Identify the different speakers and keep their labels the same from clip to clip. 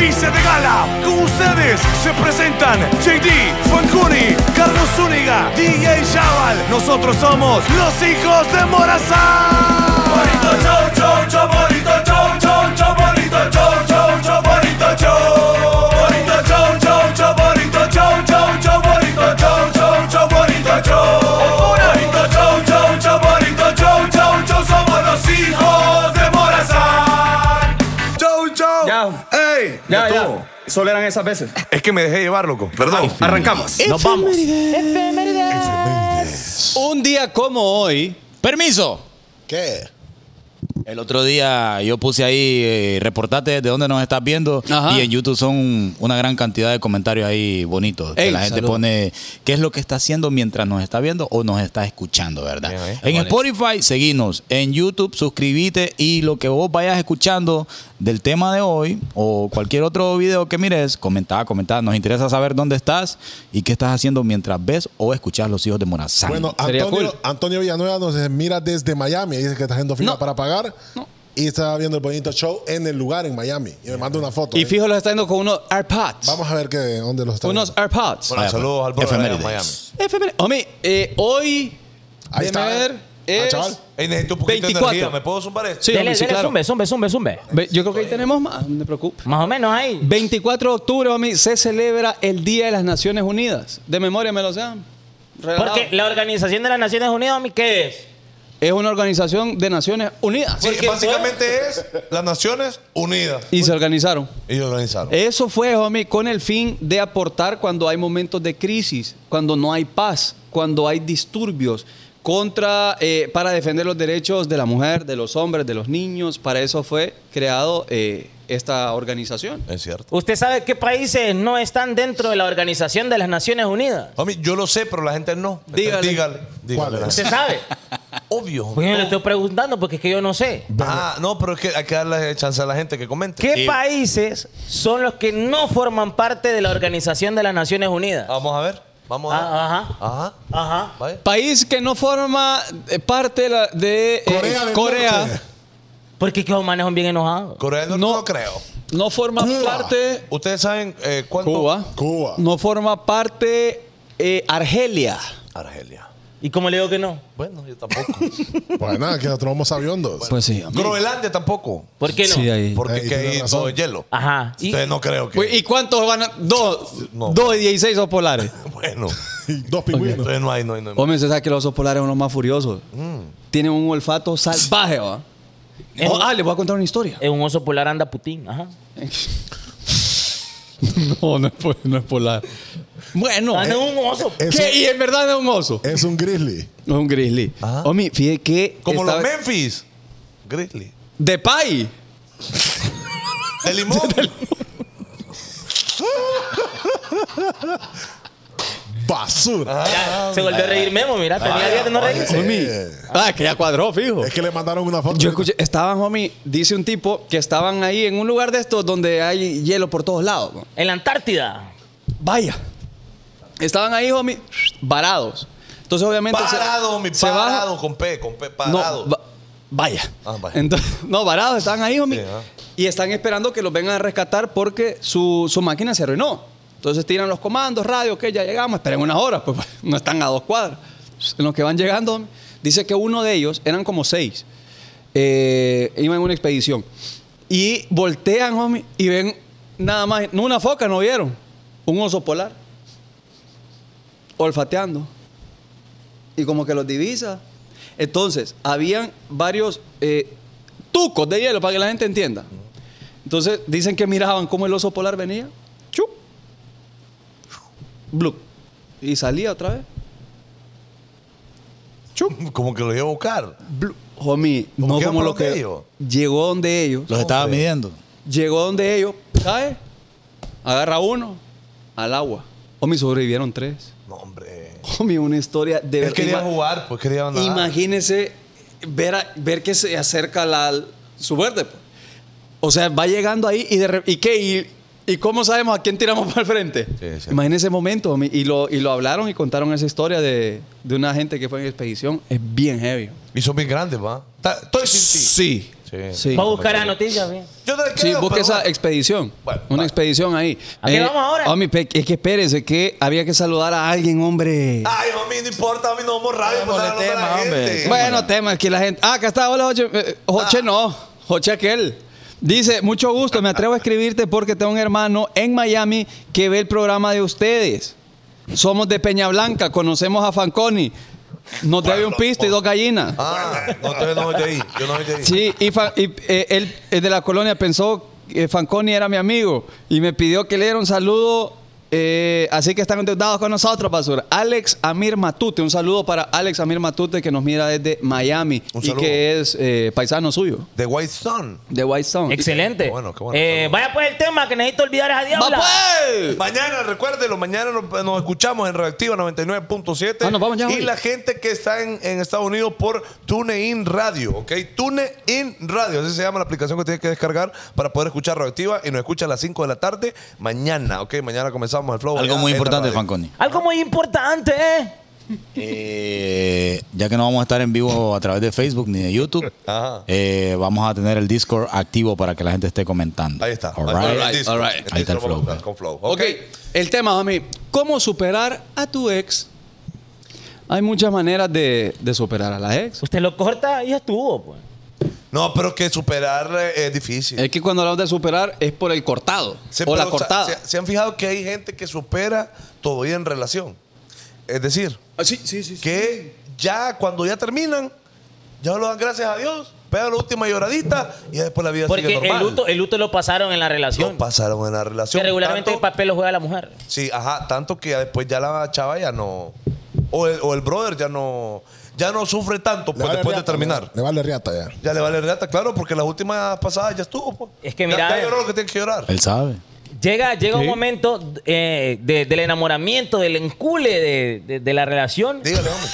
Speaker 1: Vice de Gala. Con ustedes se presentan JD, Fancuni, Carlos Zúñiga, DJ Chaval. Nosotros somos los hijos de Morazán. Bonito show, show, show, bonito show, show, show, bonito show, show, show, bonito show. Bonito show, show, show, bonito show, show, show, bonito show, show, show, bonito show. Bonito show, show, show, bonito show, show, show, somos los hijos de Morazán. Show, show.
Speaker 2: Ya.
Speaker 1: Ey.
Speaker 2: Ya, ya. Solo eran esas veces.
Speaker 1: Es que me dejé llevar, loco. Perdón.
Speaker 2: Arrancamos. Nos vamos.
Speaker 3: Un día como hoy. Permiso.
Speaker 4: ¿Qué?
Speaker 3: El otro día yo puse ahí, eh, reportate desde dónde nos estás viendo.
Speaker 5: Ajá.
Speaker 3: Y en YouTube son una gran cantidad de comentarios ahí bonitos. que
Speaker 5: Ey,
Speaker 3: la gente
Speaker 5: salud.
Speaker 3: pone qué es lo que está haciendo mientras nos está viendo o nos está escuchando, ¿verdad? en Spotify, seguinos. En YouTube, suscribite y lo que vos vayas escuchando del tema de hoy o cualquier otro video que mires, comentá, comentá. Nos interesa saber dónde estás y qué estás haciendo mientras ves o escuchas Los Hijos de Morazán.
Speaker 4: Bueno,
Speaker 2: Sería
Speaker 4: Antonio,
Speaker 2: cool.
Speaker 4: Antonio Villanueva nos mira desde Miami. Dice que está haciendo fila
Speaker 2: No.
Speaker 4: para pagar. Y está viendo el bonito show en el lugar en Miami. Y me manda una foto.
Speaker 2: Y
Speaker 4: ¿eh?
Speaker 2: fijo, los está viendo con unos AirPods.
Speaker 4: Vamos a ver qué, dónde los está.
Speaker 2: Unos
Speaker 4: viendo.
Speaker 2: AirPods.
Speaker 1: Bueno, saludos al pueblo de
Speaker 3: Efemérides.
Speaker 1: Miami.
Speaker 2: Efemérides. Homie, eh, hoy.
Speaker 4: Ahí está.
Speaker 2: déjame ver,
Speaker 4: Ah,
Speaker 2: es-
Speaker 4: chaval.
Speaker 1: Ey, necesito un poquito
Speaker 2: 24.
Speaker 1: de energía. ¿Me puedo zumbar esto?
Speaker 2: Sí,
Speaker 6: dele,
Speaker 2: homie, sí,
Speaker 6: dele,
Speaker 2: claro.
Speaker 6: zumbe, zumbe, zumbe, zumbe.
Speaker 2: Ve- Yo creo que ahí tenemos más, no te preocupes.
Speaker 6: Más o menos
Speaker 4: Mm.
Speaker 6: ahí.
Speaker 2: 24 de octubre, homie, se celebra el Día de las Naciones Unidas. De memoria me lo sean. Regalado.
Speaker 6: Porque la Organización de las Naciones Unidas, homie, ¿qué es?
Speaker 2: es una organización de Naciones Unidas.
Speaker 1: Sí,
Speaker 6: Porque-
Speaker 1: básicamente es las Naciones Unidas.
Speaker 2: Y se organizaron.
Speaker 1: Y organizaron.
Speaker 2: Eso fue, homie, con el fin de aportar cuando hay momentos de crisis, cuando no hay paz, cuando hay disturbios, contra, eh, para defender los derechos de la mujer, de los hombres, de los niños. Para eso fue creado eh, esta organización.
Speaker 1: Es cierto.
Speaker 6: ¿Usted sabe qué países no están dentro de la Organización de las Naciones Unidas?
Speaker 1: Homie, yo lo sé, pero la gente no.
Speaker 2: Dígale.
Speaker 1: Entonces, dígale. Dígale.
Speaker 4: ¿Cuál es?
Speaker 6: ¿Usted sabe?
Speaker 1: Obvio.
Speaker 6: Pues yo le
Speaker 1: homie.
Speaker 6: estoy preguntando porque es que yo no sé.
Speaker 1: Ah, no, pero es que hay que darle chance a la gente que comente.
Speaker 6: ¿Qué países son los que no forman parte de la Organización de las Naciones Unidas?
Speaker 5: Ah,
Speaker 1: Vamos a ver. Vamos a ver.
Speaker 6: Ah, ajá.
Speaker 1: Ajá.
Speaker 6: Ajá.
Speaker 1: Vaya.
Speaker 2: País que no forma eh, parte de, la- de, eh,
Speaker 4: Corea del
Speaker 2: Corea
Speaker 4: Norte.
Speaker 6: Porque es que los manes son bien enojados.
Speaker 1: Corea del Norte
Speaker 2: No.
Speaker 1: no, creo.
Speaker 2: no forma
Speaker 4: Cuba.
Speaker 2: parte
Speaker 1: Ustedes saben eh, cuánto.
Speaker 2: Cuba,
Speaker 4: Cuba.
Speaker 2: no forma parte eh, Argelia.
Speaker 1: Argelia.
Speaker 6: ¿Y cómo le digo que no?
Speaker 1: Bueno, yo tampoco.
Speaker 4: Pues nada, que nosotros vamos sabiondos.
Speaker 2: Pues sí. homie.
Speaker 1: Groenlandia tampoco.
Speaker 6: ¿Por qué no?
Speaker 2: Sí, ahí.
Speaker 1: Porque
Speaker 4: Eh,
Speaker 1: que
Speaker 4: tiene
Speaker 1: ahí
Speaker 4: razón.
Speaker 1: todo es hielo.
Speaker 6: Ajá. Y-
Speaker 1: Ustedes no creo que.
Speaker 2: Pues, ¿Y cuántos van a.? Dos.
Speaker 1: No.
Speaker 2: Dos de 16 osos polares.
Speaker 1: Bueno.
Speaker 4: Dos pingüinos.
Speaker 1: Entonces no hay, no hay, no hay.
Speaker 2: Hombre, se sabe que los osos polares son los más furiosos. Tienen un olfato salvaje, ¿va?
Speaker 6: Es
Speaker 2: Oh,
Speaker 6: un-
Speaker 2: ah, les voy a contar una historia.
Speaker 6: En un oso polar anda Putin. Ajá.
Speaker 2: No, no es, po- no es polar. Bueno.
Speaker 6: Anda en un oso.
Speaker 4: Es
Speaker 2: ¿Qué? Y en verdad no es un oso.
Speaker 4: un, es un grizzly.
Speaker 2: Es un grizzly.
Speaker 1: Ajá.
Speaker 2: Hombre, fíjate que.
Speaker 1: Como los
Speaker 2: esta-
Speaker 1: Memphis. Grizzly.
Speaker 2: De Pai.
Speaker 1: De limón.
Speaker 4: Basura.
Speaker 2: Ah.
Speaker 5: Ah,
Speaker 6: Ya, se volvió a reír Memo, mira, tenía días de no reírse.
Speaker 4: Eh,
Speaker 2: Ah, que ya cuadró, fijo.
Speaker 4: es que le mandaron una foto.
Speaker 2: Yo escuché, estaban, homie, dice un tipo que estaban ahí en un lugar de estos donde hay hielo por todos lados. ¿no?
Speaker 6: En la Antártida.
Speaker 2: Vaya. Estaban ahí, homie, varados. Entonces, obviamente. se-
Speaker 1: Parado, mi
Speaker 2: se baja-
Speaker 1: parado, con P, con P,
Speaker 2: No,
Speaker 1: parado.
Speaker 2: va- vaya.
Speaker 1: Ah, vaya.
Speaker 2: Entonces- no, varados, estaban ahí, homie.
Speaker 1: Sí, ah.
Speaker 2: Y están esperando que los vengan a rescatar porque su, su máquina se arruinó. Entonces tiran los comandos, radio, que ya llegamos, esperen unas horas, pues no están a dos cuadras. En los que van llegando, homie, dice que uno de ellos, eran como seis, eh, iban en una expedición. Y voltean, homie, y ven nada más, no una foca, no vieron, un oso polar, olfateando y como que los divisa. Entonces, habían varios eh, tucos de hielo para que la gente entienda. Entonces, dicen que miraban cómo el oso polar venía. Chu. Blup. Y salía otra vez.
Speaker 1: Como que lo iba a buscar.
Speaker 2: Blup. Homie,
Speaker 1: ¿Cómo
Speaker 2: no
Speaker 1: que
Speaker 2: como
Speaker 1: iban
Speaker 2: lo
Speaker 1: por
Speaker 2: que.
Speaker 1: donde ellos?
Speaker 2: Llegó donde ellos.
Speaker 3: Los estaba midiendo.
Speaker 2: Llegó donde ellos. ¿Sabes? Agarra uno al agua. Homie, sobrevivieron tres.
Speaker 1: No, hombre.
Speaker 2: Homie, una historia de
Speaker 1: Él quería
Speaker 2: Ima-
Speaker 1: jugar, pues quería andar.
Speaker 2: Imagínese ver, a- ver que se acerca la, su verde. pues. O sea, va llegando ahí y, de re- ¿y qué? ¿Y, y cómo sabemos a quién tiramos para el frente?
Speaker 1: Sí, sí.
Speaker 2: Imagínese ese momento. homie. Y lo, y lo hablaron y contaron esa historia de, de una gente que fue en expedición. Es bien heavy.
Speaker 1: Y son bien grandes, va. Ta- Estoy sin ti.
Speaker 2: Sí. Sí.
Speaker 6: Va a buscar la noticia. bien.
Speaker 5: Yo te
Speaker 2: Sí,
Speaker 5: creo,
Speaker 2: busca
Speaker 5: pero
Speaker 2: esa
Speaker 5: bueno.
Speaker 2: expedición.
Speaker 5: Bueno,
Speaker 2: una
Speaker 5: va.
Speaker 2: expedición ahí. Eh,
Speaker 6: ¿A qué vamos ahora?
Speaker 2: homie, pe- es que espérese, que había que saludar a alguien, hombre.
Speaker 5: Ay, mami, no importa, mami, no vamos radio.
Speaker 3: Démosle
Speaker 5: pues, dale,
Speaker 3: tema,
Speaker 5: dale a la
Speaker 3: hombre.
Speaker 5: gente.
Speaker 2: Bueno, tema, aquí la gente. Ah, acá está, hola, Joche. Eh, Joche no, Joche aquel. Dice, mucho gusto, me atrevo a escribirte porque tengo un hermano en Miami que ve el programa de ustedes. Somos de Peña Blanca, conocemos a Fanconi. Nos debe un pisto y dos gallinas.
Speaker 5: Ah, no, entonces no soy de ahí. Yo no soy de ahí.
Speaker 2: Sí, y, Fa- y, eh, él el de la colonia pensó que Fanconi era mi amigo y me pidió que le diera un saludo. eh, así que están endeudados con nosotros, basura. Alex Amir Matute, un saludo para Alex Amir Matute que nos mira desde Miami
Speaker 5: Un
Speaker 2: y
Speaker 5: saludo.
Speaker 2: que es eh, paisano suyo
Speaker 5: The White Sun.
Speaker 2: de White Sound.
Speaker 6: Excelente.
Speaker 5: Qué bueno, qué bueno.
Speaker 6: Eh, vaya pues el tema que necesito olvidar a esa
Speaker 2: ¡Va,
Speaker 6: diabla.
Speaker 2: pues!
Speaker 5: Mañana, recuérdelo, mañana nos, nos escuchamos en Reactiva 99.7.
Speaker 2: Ah, nos vamos ya
Speaker 5: Y
Speaker 2: hoy.
Speaker 5: la gente que está en, en Estados Unidos por TuneIn Radio, ¿ok? TuneIn Radio, así se llama la aplicación que tienes que descargar para poder escuchar Reactiva y nos escucha a las 5 de la tarde mañana, ¿ok? Mañana comenzamos el flow.
Speaker 3: Algo
Speaker 5: allá
Speaker 3: muy
Speaker 5: en la
Speaker 3: importante,
Speaker 5: radio.
Speaker 3: Fanconi.
Speaker 6: Algo muy importante. ¿eh?
Speaker 3: Eh, ya que no vamos a estar en vivo a través de Facebook ni de YouTube,
Speaker 5: Ajá.
Speaker 3: eh, vamos a tener el Discord activo para que la gente esté comentando.
Speaker 5: Ahí está.
Speaker 3: All
Speaker 5: Ahí
Speaker 3: right.
Speaker 5: está el
Speaker 2: Alright,
Speaker 5: disco.
Speaker 2: alright.
Speaker 3: Ahí está el
Speaker 5: disco vamos a
Speaker 3: flow,
Speaker 5: estar
Speaker 3: eh.
Speaker 5: Con flow.
Speaker 2: Ok, el tema, mami. ¿Cómo superar a tu ex? Hay muchas maneras de, de superar a la ex.
Speaker 6: Usted lo corta y ya estuvo. Pues.
Speaker 5: No, pero que superar eh, es difícil.
Speaker 2: Es que cuando hablamos de superar es por el cortado
Speaker 5: Se-
Speaker 2: o la
Speaker 5: pero, o sea,
Speaker 2: cortada.
Speaker 5: Se, se han fijado que hay gente que supera todavía en relación. Es decir,
Speaker 2: Ah,
Speaker 5: que ya cuando ya terminan, ya lo dan gracias a Dios, pegan la última lloradita y ya después la vida
Speaker 6: Porque
Speaker 5: sigue
Speaker 6: el
Speaker 5: normal.
Speaker 6: luto, el luto lo pasaron en la
Speaker 5: Lo
Speaker 6: relación.
Speaker 5: pasaron en la
Speaker 6: que
Speaker 5: relación.
Speaker 6: regularmente el
Speaker 5: tanto-
Speaker 6: papel lo juega la mujer.
Speaker 5: Sí, ajá, tanto que ya después ya la chava ya no... O el, o el brother ya no ya no sufre tanto pues,
Speaker 4: vale
Speaker 5: después de
Speaker 4: riata,
Speaker 5: terminar.
Speaker 4: Le vale riata ya.
Speaker 5: Ya le vale reata, claro, porque las últimas pasadas ya estuvo. pues.
Speaker 6: Es que
Speaker 5: Ya-
Speaker 6: mira,
Speaker 5: Ya,
Speaker 6: eh.
Speaker 5: lloró lo que tiene que llorar.
Speaker 3: Él sabe.
Speaker 6: Llega, llega un momento eh, de- del enamoramiento, del encule de, de- de la relación,
Speaker 5: Dígale, hombre.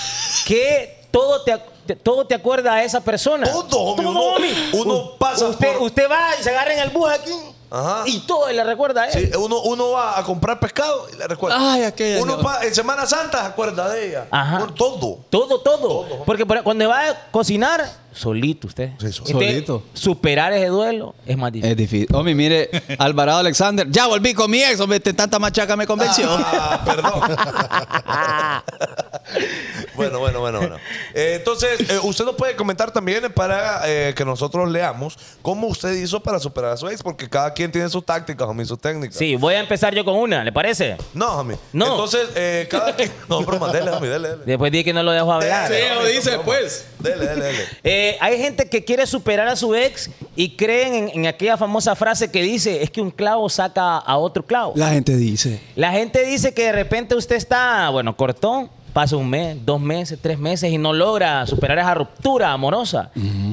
Speaker 6: que todo te, ac- te- todo te acuerda a esa persona.
Speaker 5: Todo, homie, uno- uno
Speaker 6: U-
Speaker 5: pasa
Speaker 6: Usted,
Speaker 5: por-
Speaker 6: usted va y se agarra en el bus aquí
Speaker 5: Ajá.
Speaker 6: y todo le recuerda a él.
Speaker 5: Sí, uno, uno va a comprar pescado y le recuerda.
Speaker 2: Ay, aquella
Speaker 5: Uno
Speaker 2: llora.
Speaker 5: va en Semana Santa se acuerda de ella.
Speaker 6: Ajá.
Speaker 5: Por todo.
Speaker 6: Todo, todo. Porque por- cuando va a cocinar, solito usted.
Speaker 5: Sí, solo.
Speaker 6: Entonces,
Speaker 2: Solito. Eh.
Speaker 6: Superar ese duelo es más difícil.
Speaker 2: Es difícil. Hombre, mire, Alvarado Alexander, ya volví con mi ex, hombre, te- tanta machaca me convenció.
Speaker 5: Ah, perdón. Ah, bueno, bueno, bueno, bueno. Eh, entonces, eh, usted nos puede comentar también eh, para eh, que nosotros leamos cómo usted hizo para superar a su ex, porque cada quien tiene sus tácticas, homie, sus técnicas.
Speaker 6: Sí, voy a empezar yo con una, ¿le parece?
Speaker 5: No, homie.
Speaker 6: No.
Speaker 5: Entonces, eh, cada quien. No, pero dele, homie, dele, dele.
Speaker 6: Después dije que no lo dejo hablar.
Speaker 5: Dele,
Speaker 2: lo
Speaker 5: homie,
Speaker 2: dice pues.
Speaker 5: no,
Speaker 2: después.
Speaker 5: Dele, dele, dele.
Speaker 6: Eh, hay gente que quiere superar a su ex y creen en, en aquella famosa frase que dice, es que un clavo saca a otro clavo. La,
Speaker 2: La gente dice.
Speaker 6: gente dice que de repente usted está, bueno, cortó, pasa un mes, dos meses, tres meses y no logra superar esa ruptura amorosa.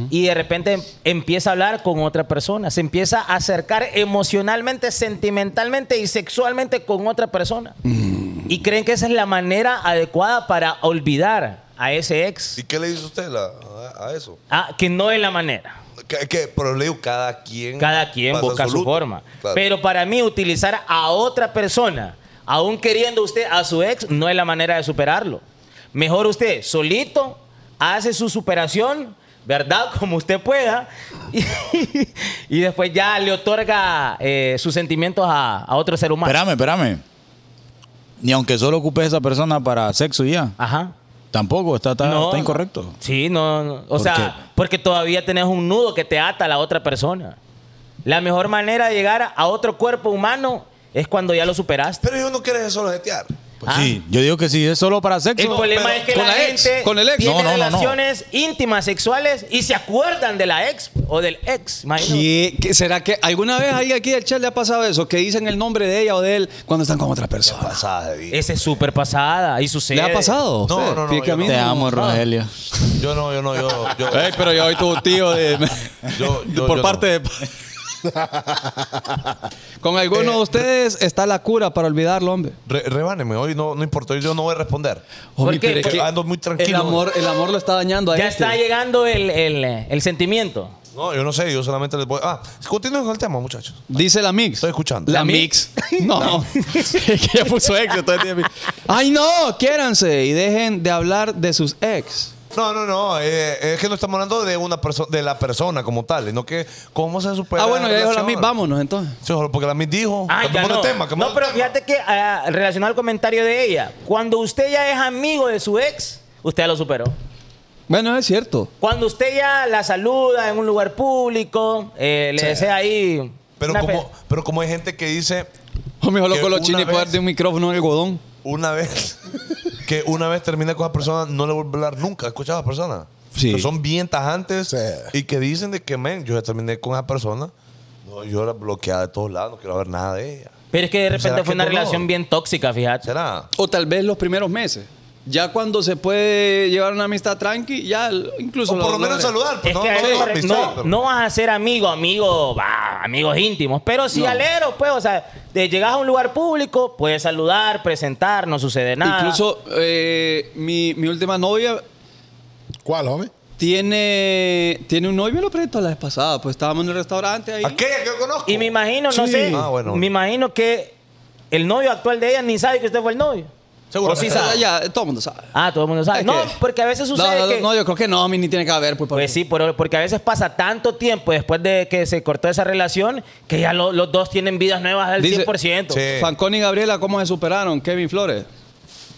Speaker 6: Y de repente em- empieza a hablar con otra persona, se empieza a acercar emocionalmente, sentimentalmente y sexualmente con otra persona. Y creen que esa es la manera adecuada para olvidar a ese ex.
Speaker 5: ¿Y qué le dice usted la- a- a eso?
Speaker 6: Ah, que no es la manera.
Speaker 5: Que, que, pero le digo, cada quien.
Speaker 6: Cada quien
Speaker 5: pasa
Speaker 6: busca su,
Speaker 5: luto.
Speaker 6: forma.
Speaker 5: Claro.
Speaker 6: Pero para mí, utilizar a otra persona, aún queriendo usted a su ex, no es la manera de superarlo. Mejor usted solito hace su superación, ¿verdad? Como usted pueda. Y, y después ya le otorga eh, sus sentimientos a, a otro ser humano.
Speaker 3: Espérame, espérame. Ni aunque solo ocupes esa persona para sexo y ya.
Speaker 6: Ajá.
Speaker 3: Tampoco, está, está-
Speaker 6: No.
Speaker 3: está incorrecto.
Speaker 6: Sí, no, no. o
Speaker 3: ¿Por
Speaker 6: sea,
Speaker 3: qué?
Speaker 6: porque todavía tenés un nudo que te ata a la otra persona. La mejor manera de llegar a otro cuerpo humano es cuando ya lo superaste.
Speaker 5: Pero yo no quiero solo jetear.
Speaker 3: Pues
Speaker 6: Ah.
Speaker 3: sí, yo digo que si es solo para sexo.
Speaker 6: El problema es que
Speaker 2: con
Speaker 6: la,
Speaker 2: la ex,
Speaker 6: gente
Speaker 2: con el ex.
Speaker 6: tiene
Speaker 3: No, no, no, no.
Speaker 6: relaciones íntimas sexuales y se acuerdan de la ex o del ex. imagínate.
Speaker 2: ¿Qué- qué- será que alguna vez a alguien aquí del chat le ha pasado eso? Que dicen el nombre de ella o de él cuando están con otra persona.
Speaker 5: Pasada de vida.
Speaker 6: Esa es súper pasada y sucede.
Speaker 2: ¿Le ha pasado?
Speaker 5: No, no, no,
Speaker 2: Fíjate que a
Speaker 5: yo
Speaker 2: mí Ah.
Speaker 3: Te
Speaker 2: no.
Speaker 3: amo, Rogelio.
Speaker 5: Yo no, yo no, yo. yo
Speaker 2: Ey, pero yo soy tu tío de-
Speaker 5: Yo- yo-
Speaker 2: por
Speaker 5: yo
Speaker 2: parte de... Con alguno de ustedes está la cura para olvidarlo, hombre.
Speaker 5: Re- rebáneme, hoy no, no importa, hoy yo no voy a responder.
Speaker 2: Hombre,
Speaker 6: qué?
Speaker 2: pero es
Speaker 5: Porque
Speaker 2: que
Speaker 5: ando muy tranquilo.
Speaker 2: El amor, el amor lo está dañando a
Speaker 6: Ya
Speaker 2: este.
Speaker 6: está llegando el, el- el sentimiento.
Speaker 5: No, yo no sé, yo solamente les voy. Ah, continúen con el tema, muchachos.
Speaker 2: Dice la Mix.
Speaker 5: Estoy escuchando.
Speaker 2: La, mix. No. Es que ya puso ex. entonces tiene mix. Ay, no. Quiéranse y dejen de hablar de sus ex.
Speaker 5: No, no, no. eh, es que no estamos hablando de una persona, de la persona como tal, sino que cómo se supera.
Speaker 2: Ah, bueno,
Speaker 5: Pues
Speaker 2: ya
Speaker 5: la
Speaker 2: dijo la
Speaker 5: relación.
Speaker 2: MIT, vámonos entonces.
Speaker 5: Sí, solo porque la MIT dijo.
Speaker 6: Ah, ya
Speaker 5: Cambiamos
Speaker 6: no.
Speaker 5: de tema, cambiamos
Speaker 6: no,
Speaker 5: de
Speaker 6: pero
Speaker 5: tema.
Speaker 6: fíjate que ah, relacionado al comentario de ella, cuando usted ya es amigo de su ex, usted ya lo superó.
Speaker 2: Bueno, es cierto.
Speaker 6: Cuando usted ya la saluda en un lugar público, eh, le desea ahí.
Speaker 5: Pero
Speaker 6: una
Speaker 5: como,
Speaker 6: fe-
Speaker 5: pero como hay gente que dice
Speaker 2: O mejor
Speaker 5: Que
Speaker 2: loco los
Speaker 5: una
Speaker 2: chinos y
Speaker 5: vez-
Speaker 2: poder de un micrófono en el godón.
Speaker 5: una vez que una vez termina con esa persona, no le vuelve a hablar nunca. ¿Has escuchado a esa persona?
Speaker 2: Sí.
Speaker 5: Que son bien tajantes
Speaker 4: Sí.
Speaker 5: y que dicen de que, men, yo ya terminé con esa persona. No, yo la bloqueada de todos lados, no quiero ver nada de ella.
Speaker 6: Pero es que de
Speaker 5: ¿Será
Speaker 6: repente
Speaker 5: que
Speaker 6: fue una
Speaker 5: no?
Speaker 6: relación bien tóxica, fíjate.
Speaker 5: ¿Será?
Speaker 2: O tal vez los primeros meses. Ya cuando se puede llevar una amistad tranqui, ya l- incluso...
Speaker 5: O por lo
Speaker 2: los-
Speaker 5: menos
Speaker 2: los-
Speaker 5: saludar,
Speaker 6: Es
Speaker 5: pues no,
Speaker 6: que a
Speaker 5: no, no,
Speaker 6: veces
Speaker 5: no,
Speaker 6: re-
Speaker 5: amistad,
Speaker 6: no,
Speaker 5: pero-
Speaker 6: no vas a ser amigo, amigo, bah, amigos íntimos, pero sí
Speaker 2: No.
Speaker 6: aleros, pues, o sea, de llegas a un lugar público, puedes saludar, presentar, no sucede nada.
Speaker 2: Incluso eh, mi, mi última novia
Speaker 4: ¿Cuál, homie?
Speaker 2: tiene, tiene un novio, lo presentó la vez pasada. Pues estábamos en el restaurante ahí.
Speaker 5: Aquella que yo conozco.
Speaker 6: Y me imagino, no
Speaker 2: Sí.
Speaker 6: sé,
Speaker 5: Ah, bueno.
Speaker 6: me imagino que el novio actual de ella ni sabe que usted fue el novio.
Speaker 5: Seguro.
Speaker 2: O sí sabe, ya, todo el mundo sabe.
Speaker 6: Ah, todo el mundo sabe.
Speaker 2: Es
Speaker 6: no,
Speaker 2: que-
Speaker 6: porque a veces sucede
Speaker 2: no, no,
Speaker 6: que...
Speaker 2: no, yo creo que no, a mí ni tiene que haber. Pues,
Speaker 6: Pues sí, pero- porque a veces pasa tanto tiempo después de que se cortó esa relación que ya lo- los dos tienen vidas nuevas al
Speaker 2: Dice-
Speaker 6: 100%.
Speaker 5: Sí.
Speaker 2: Fanconi y Gabriela, ¿cómo se superaron? Kevin Flores.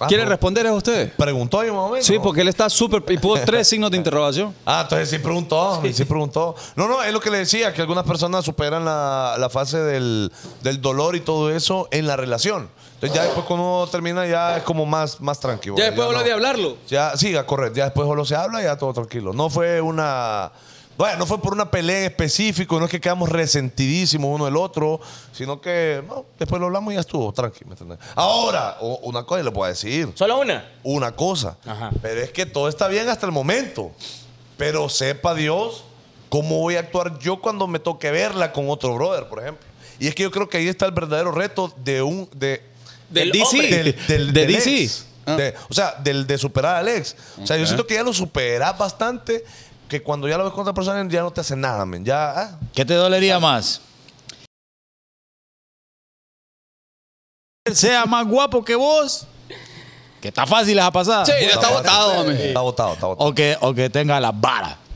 Speaker 5: Ah,
Speaker 2: ¿Quieren
Speaker 5: no.
Speaker 2: responder a usted?
Speaker 5: Preguntó yo más o menos.
Speaker 2: Sí, porque él está súper... Y puso tres signos de interrogación.
Speaker 5: Ah, entonces sí preguntó, sí, preguntó. No, no, es lo que le decía, que algunas personas superan la, la fase del, del dolor y todo eso en la relación. Entonces ya después cuando uno termina ya es como más, más tranquilo.
Speaker 2: Ya después
Speaker 5: no.
Speaker 2: hablo de hablarlo.
Speaker 5: Ya, sí, a correr. Ya después solo se habla y ya todo tranquilo. No fue una... Bueno, no fue por una pelea en específico, no es que quedamos resentidísimos uno del otro, sino que no, después lo hablamos y ya estuvo, tranquilo. Ahora, o- una cosa le puedo decir
Speaker 6: Solo una.
Speaker 5: una cosa.
Speaker 6: Ajá.
Speaker 5: Pero es que todo está bien hasta el momento. Pero sepa Dios cómo voy a actuar yo cuando me toque verla con otro brother, por ejemplo. Y es que yo creo que ahí está el verdadero reto de un. De,
Speaker 6: Del DC. hombre.
Speaker 5: Del, del-
Speaker 2: De
Speaker 5: del
Speaker 2: DC.
Speaker 5: ex.
Speaker 2: Ah.
Speaker 5: De- o sea, del de superar al ex. O sea, yo siento que ya lo superas bastante. Que cuando ya lo ves con otra persona ya no te hace nada, men. Ya. ah,
Speaker 3: ¿Qué te dolería más? Él Sea más guapo que vos. Que está fácil esa pasada.
Speaker 2: Sí, ya está votado, hombre.
Speaker 5: Está botado, está botado.
Speaker 3: O que, o que tenga la vara.
Speaker 2: Oh.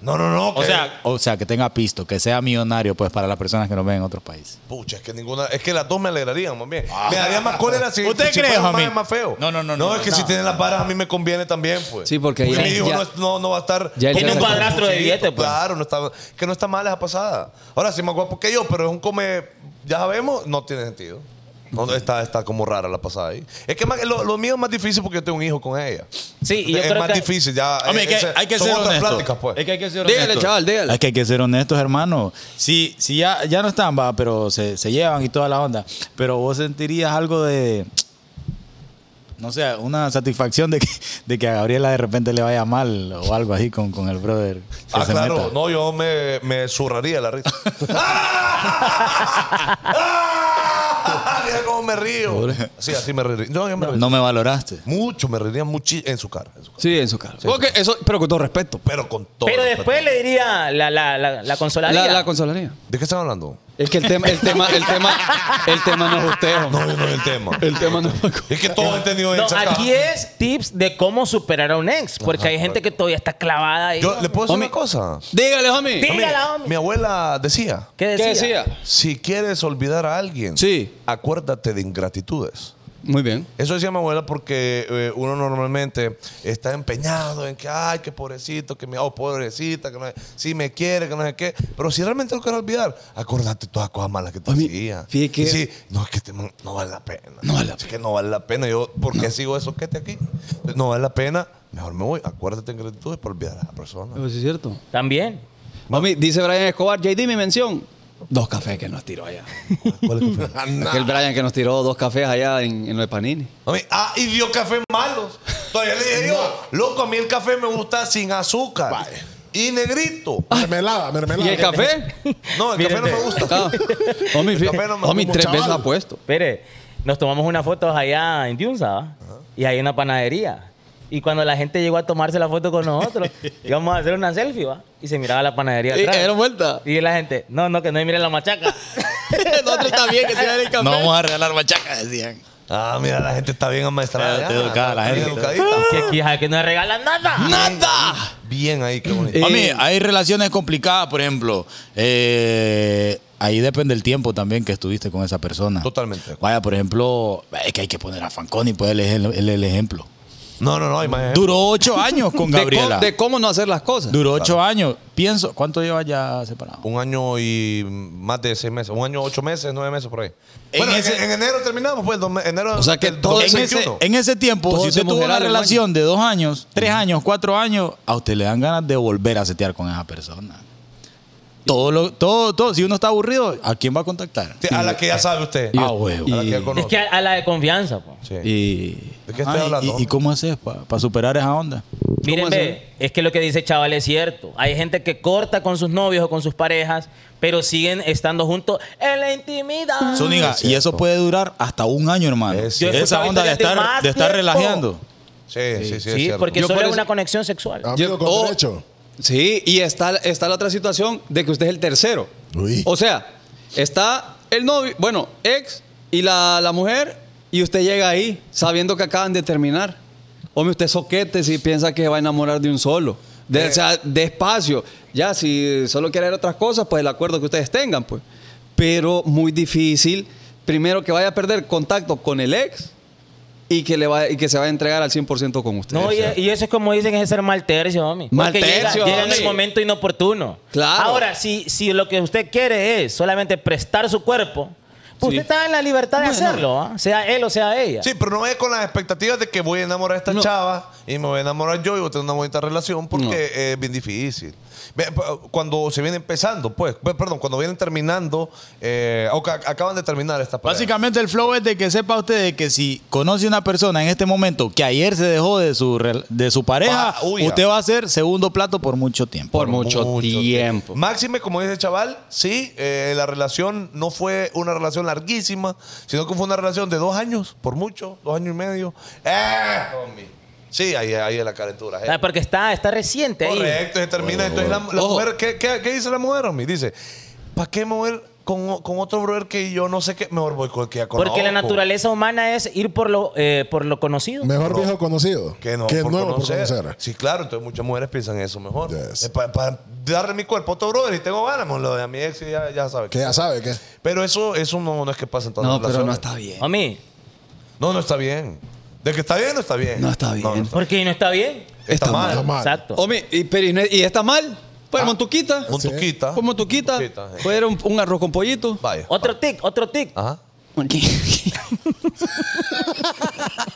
Speaker 5: No, no, no.
Speaker 3: O
Speaker 5: que-
Speaker 3: sea, o sea, que tenga pisto, que sea millonario, pues, para las personas que nos ven en otros países.
Speaker 5: Pucha, es que ninguna. Es que las dos me alegrarían, más bien. Me daría más cólera si.
Speaker 3: ¿Usted
Speaker 5: si
Speaker 3: cree,
Speaker 5: fuera
Speaker 3: homie?
Speaker 5: más, más feo.
Speaker 3: No, no, no,
Speaker 5: No,
Speaker 3: no,
Speaker 5: es que
Speaker 3: no.
Speaker 5: si tienen las varas, a mí me conviene también, pues.
Speaker 2: Sí, porque ya-
Speaker 5: mi hijo
Speaker 2: ya-
Speaker 5: no, es- no, no va a estar.
Speaker 2: Ya él Tiene se un
Speaker 6: sacó. padrastro de
Speaker 5: Sí,
Speaker 6: billete, pues.
Speaker 5: Claro, no está, que no está mal esa pasada. Ahora sí, más guapo que yo, pero es un come. Ya sabemos, no tiene sentido. No, está, está como rara la pasada ahí. Es que más- lo, lo mío es más difícil porque yo tengo un hijo con ella.
Speaker 6: Sí, y yo
Speaker 5: es
Speaker 6: creo
Speaker 5: más
Speaker 6: que-
Speaker 5: difícil. Ya,
Speaker 3: Hombre, es que
Speaker 5: ese-
Speaker 3: hay que
Speaker 5: son
Speaker 3: ser
Speaker 5: otras
Speaker 3: honestos.
Speaker 5: pláticas, pues.
Speaker 3: Es que hay que ser
Speaker 2: Dígale,
Speaker 3: honestos.
Speaker 2: chaval, dígale.
Speaker 3: Es que hay que ser honestos, hermano. Si, si ya, ya no están, va, pero se, se llevan y toda la onda. Pero vos sentirías algo de. No sé, una satisfacción de que, de que a Gabriela de repente le vaya mal o algo así con, con el brother. que
Speaker 5: Ah,
Speaker 3: se
Speaker 5: claro.
Speaker 3: meta.
Speaker 5: No, yo me, me zurraría la risa. ¡Ah! Mira cómo me río. Sí, así me reiría. No, yo me reiría.
Speaker 3: No me valoraste.
Speaker 5: Mucho, me reiría mucho en su cara. en su cara.
Speaker 2: Sí, en su cara. Ok, eso, pero con todo respeto.
Speaker 5: Pero con todo.
Speaker 6: Pero
Speaker 5: respeto.
Speaker 6: después le diría la, la, la, la
Speaker 2: La,
Speaker 6: consolaría.
Speaker 2: la consolaría.
Speaker 5: ¿De qué están hablando?
Speaker 2: Es que el tema, el tema, el tema, el tema no es usted.
Speaker 5: No,
Speaker 2: hombre.
Speaker 5: yo no es el tema.
Speaker 2: El tema no es
Speaker 5: Es que todos han tenido
Speaker 6: No,
Speaker 5: esa cara.
Speaker 6: aquí es tips de cómo superar a un ex, porque hay gente que todavía está clavada ahí.
Speaker 5: Yo le puedo decir
Speaker 2: Homie.
Speaker 5: una cosa.
Speaker 2: Dígale, homie.
Speaker 6: Sí. Dígala, homie.
Speaker 5: Mi abuela decía:
Speaker 6: ¿Qué decía?
Speaker 2: ¿Qué decía?
Speaker 5: si quieres olvidar a alguien,
Speaker 2: Sí.
Speaker 5: acuérdate de ingratitudes.
Speaker 2: Muy bien.
Speaker 5: Eso decía mi abuela porque eh, uno normalmente está empeñado en que, ay, qué pobrecito, que me, oh, pobrecita, que no, si me quiere, que no sé qué. Pero si realmente lo quieres olvidar, acordate todas las cosas malas que te
Speaker 2: Oye,
Speaker 5: hacía.
Speaker 2: fíjate que-
Speaker 5: Y sí, no, es que este man no vale la pena.
Speaker 2: No vale la
Speaker 5: Es que no vale la pena. Yo, ¿por qué sigo eso que te aquí? No vale la pena. Mejor me voy. Acuérdate en gratitud por olvidar a la persona.
Speaker 2: Eso sí es cierto.
Speaker 6: También.
Speaker 2: Mami, dice Brian Escobar, JD, mi mención. Dos cafés que nos tiró allá.
Speaker 5: ¿Cuál es tu fe?
Speaker 2: Aquel Brian que nos tiró dos cafés allá en, en lo de Panini.
Speaker 5: A mí- ah, y dio café malos. Entonces yo le dije, yo, loco, a mí el café me gusta sin azúcar.
Speaker 4: Vaya.
Speaker 5: Y negrito.
Speaker 4: Mermelada, mermelada.
Speaker 2: ¿Y el café?
Speaker 5: No, el café no me gusta.
Speaker 2: Ah, Homie, fí-
Speaker 5: café no me-
Speaker 2: homie,
Speaker 5: como
Speaker 2: tres
Speaker 4: chaval.
Speaker 2: veces apuesto.
Speaker 6: Espere, nos tomamos unas fotos allá en Yunza, ¿va? y hay una panadería. Y cuando la gente llegó a tomarse la foto con nosotros, íbamos a hacer una selfie, ¿va? Y se miraba la panadería
Speaker 2: Y
Speaker 6: atrás.
Speaker 2: dieron vuelta.
Speaker 6: Y la gente, no, no, que no me miren la machaca.
Speaker 2: Nosotros está bien que se el
Speaker 3: No vamos a regalar machaca, decían.
Speaker 5: Ah, mira, la gente está bien amaestrada.
Speaker 3: Está
Speaker 5: ya.
Speaker 3: educada la
Speaker 5: Está bien
Speaker 3: gente. ¡Ah!
Speaker 5: educadita.
Speaker 6: Que aquí es que no le regalan nada.
Speaker 2: ¡Nada!
Speaker 5: Bien ahí, qué bonito.
Speaker 2: Eh,
Speaker 3: A mí, hay relaciones complicadas, por ejemplo. eh, ahí depende el tiempo también que estuviste con esa persona.
Speaker 5: Totalmente.
Speaker 3: Vaya, por ejemplo, es que hay que poner a Fanconi, pues él es el, él es el ejemplo.
Speaker 5: No, no, no, hay más.
Speaker 3: Duró ocho años con
Speaker 2: De, co-
Speaker 3: Gabriela.
Speaker 2: de cómo no hacer las cosas.
Speaker 3: Duró ocho años. Pienso, ¿cuánto lleva ya separado?
Speaker 5: Un año y más de seis meses. Un año, ocho meses, nueve meses por ahí.
Speaker 3: En
Speaker 5: bueno, en-
Speaker 3: ese-
Speaker 5: en, enero terminamos, pues. dos me- enero
Speaker 2: O sea que
Speaker 5: del
Speaker 2: todo
Speaker 3: en,
Speaker 5: 2021.
Speaker 3: ese, en ese tiempo,
Speaker 2: Todos
Speaker 3: si usted
Speaker 2: hemos
Speaker 3: tuvo una
Speaker 2: generado el
Speaker 3: relación de dos años, tres años, cuatro años, a usted le dan ganas de volver a setear con esa persona. Todo lo, todo, todo. Si uno está aburrido, ¿a quién va a contactar?
Speaker 5: Sí, A la que ya sabe usted.
Speaker 3: Ah, huevo.
Speaker 5: A la que ya
Speaker 2: y-
Speaker 5: conoce.
Speaker 6: Es que a, a la de confianza, po.
Speaker 5: Sí.
Speaker 3: Y,
Speaker 5: ¿De qué estoy
Speaker 3: Ah, y-
Speaker 5: hablando?
Speaker 3: y, y cómo haces para superar esa onda?
Speaker 6: Miren,
Speaker 2: ¿Cómo
Speaker 6: ve,
Speaker 2: así?
Speaker 6: es que lo que dice chaval es cierto. Hay gente que corta con sus novios o con sus parejas, pero siguen estando juntos en la intimidad.
Speaker 3: Zúñiga, y eso puede durar hasta un año, hermano.
Speaker 5: Es
Speaker 6: cierto.
Speaker 3: Esa onda de
Speaker 6: Yo he escuchado
Speaker 3: estar,
Speaker 6: historias
Speaker 3: de
Speaker 6: de
Speaker 3: estar
Speaker 6: más tiempo.
Speaker 3: relajeando.
Speaker 5: sí, sí, sí, es
Speaker 6: sí,
Speaker 5: cierto. Ah,
Speaker 6: porque
Speaker 2: Yo
Speaker 6: solo
Speaker 2: por
Speaker 6: es
Speaker 2: eso-
Speaker 6: una conexión sexual.
Speaker 4: Amigo
Speaker 2: Yo-
Speaker 4: con
Speaker 2: oh,
Speaker 4: derecho.
Speaker 2: Sí, y está, está la otra situación de que usted es el tercero.
Speaker 4: Uy.
Speaker 2: O sea, está el novio, bueno, ex y la, la mujer, y usted llega ahí sabiendo que acaban de terminar. Hombre, usted es soquete si piensa que va a enamorar de un solo. De- O sea, despacio. Ya, si solo quiere ver otras cosas, pues el acuerdo que ustedes tengan, pues. Pero muy difícil, primero que vaya a perder contacto con el ex y que, le va, y que se vaya a entregar al 100% con usted.
Speaker 6: No, y, y eso es como dicen, es ser mal tercio, homie.
Speaker 2: Mal
Speaker 6: Porque llega-
Speaker 2: tercio,
Speaker 6: Llega, en
Speaker 2: homie.
Speaker 6: el momento inoportuno.
Speaker 2: Claro.
Speaker 6: Ahora, si, si lo que usted quiere es solamente prestar su cuerpo, pues
Speaker 2: Sí.
Speaker 6: usted está en la libertad de
Speaker 2: Bueno.
Speaker 6: hacerlo, ¿ah? sea él o sea ella.
Speaker 5: Sí, pero no vayas con las expectativas de que voy a enamorar a esta
Speaker 2: No.
Speaker 5: chava y me voy a enamorar yo y voy a tener una bonita relación porque
Speaker 2: No.
Speaker 5: es bien difícil. Ve, p- Cuando se viene empezando, pues, pe- perdón, cuando vienen terminando, eh, o ca- acaban de terminar esta pareja.
Speaker 3: Básicamente el flow es de que sepa usted de que si conoce una persona en este momento que ayer se dejó de su, rel- de su pareja,
Speaker 5: Va- huya.
Speaker 3: usted va a ser segundo plato por mucho tiempo.
Speaker 2: por mucho, tiempo.
Speaker 5: Máxime, como dice el chaval, sí, eh, la relación no fue una relación larguísima, sino que fue una relación de dos años, por mucho, dos años y medio. ¡Eh! homie! Sí, ahí, ahí es la calentura. eh.
Speaker 6: Ah, Porque está, está reciente ahí.
Speaker 5: Correcto, se termina. Entonces, la, la
Speaker 2: Ojo.
Speaker 5: mujer, ¿qué, qué, qué dice la mujer, homie? Dice, ¿para qué mover con, o- con otro brother que yo no sé qué? Mejor voy con el que ya conozco.
Speaker 6: Porque la naturaleza humana es ir por lo, eh, por lo conocido.
Speaker 4: Mejor viejo conocido
Speaker 5: Que no,
Speaker 4: que
Speaker 5: por
Speaker 4: nuevo
Speaker 5: conocer.
Speaker 4: por conocer.
Speaker 5: Sí, claro, entonces muchas mujeres piensan eso mejor.
Speaker 4: Yes.
Speaker 5: Para darle mi cuerpo a otro brother y tengo ganas, mon, lo de a mi ex y ya, ya sabe.
Speaker 4: Que ya sabe que.
Speaker 5: Pero eso, eso no, no es que pasa en todas
Speaker 2: No,
Speaker 5: las
Speaker 2: pero no
Speaker 5: relaciones.
Speaker 2: está bien.
Speaker 6: Homie,
Speaker 5: No, no está bien. De que está bien, no está bien.
Speaker 2: No está bien.
Speaker 5: está,
Speaker 6: porque no está bien.
Speaker 5: está
Speaker 2: Está
Speaker 5: mal.
Speaker 4: Está mal. Oh,
Speaker 6: Exacto.
Speaker 2: Homie, y, pero y no- y está mal. Pues montuquita.
Speaker 5: Un
Speaker 4: Sí.
Speaker 5: tuquita.
Speaker 2: Pues montuquita.
Speaker 5: Montuquita, sí.
Speaker 2: Puede era un, un arroz con pollito.
Speaker 5: Vaya.
Speaker 6: Otro tic, otro tic.
Speaker 5: Ajá.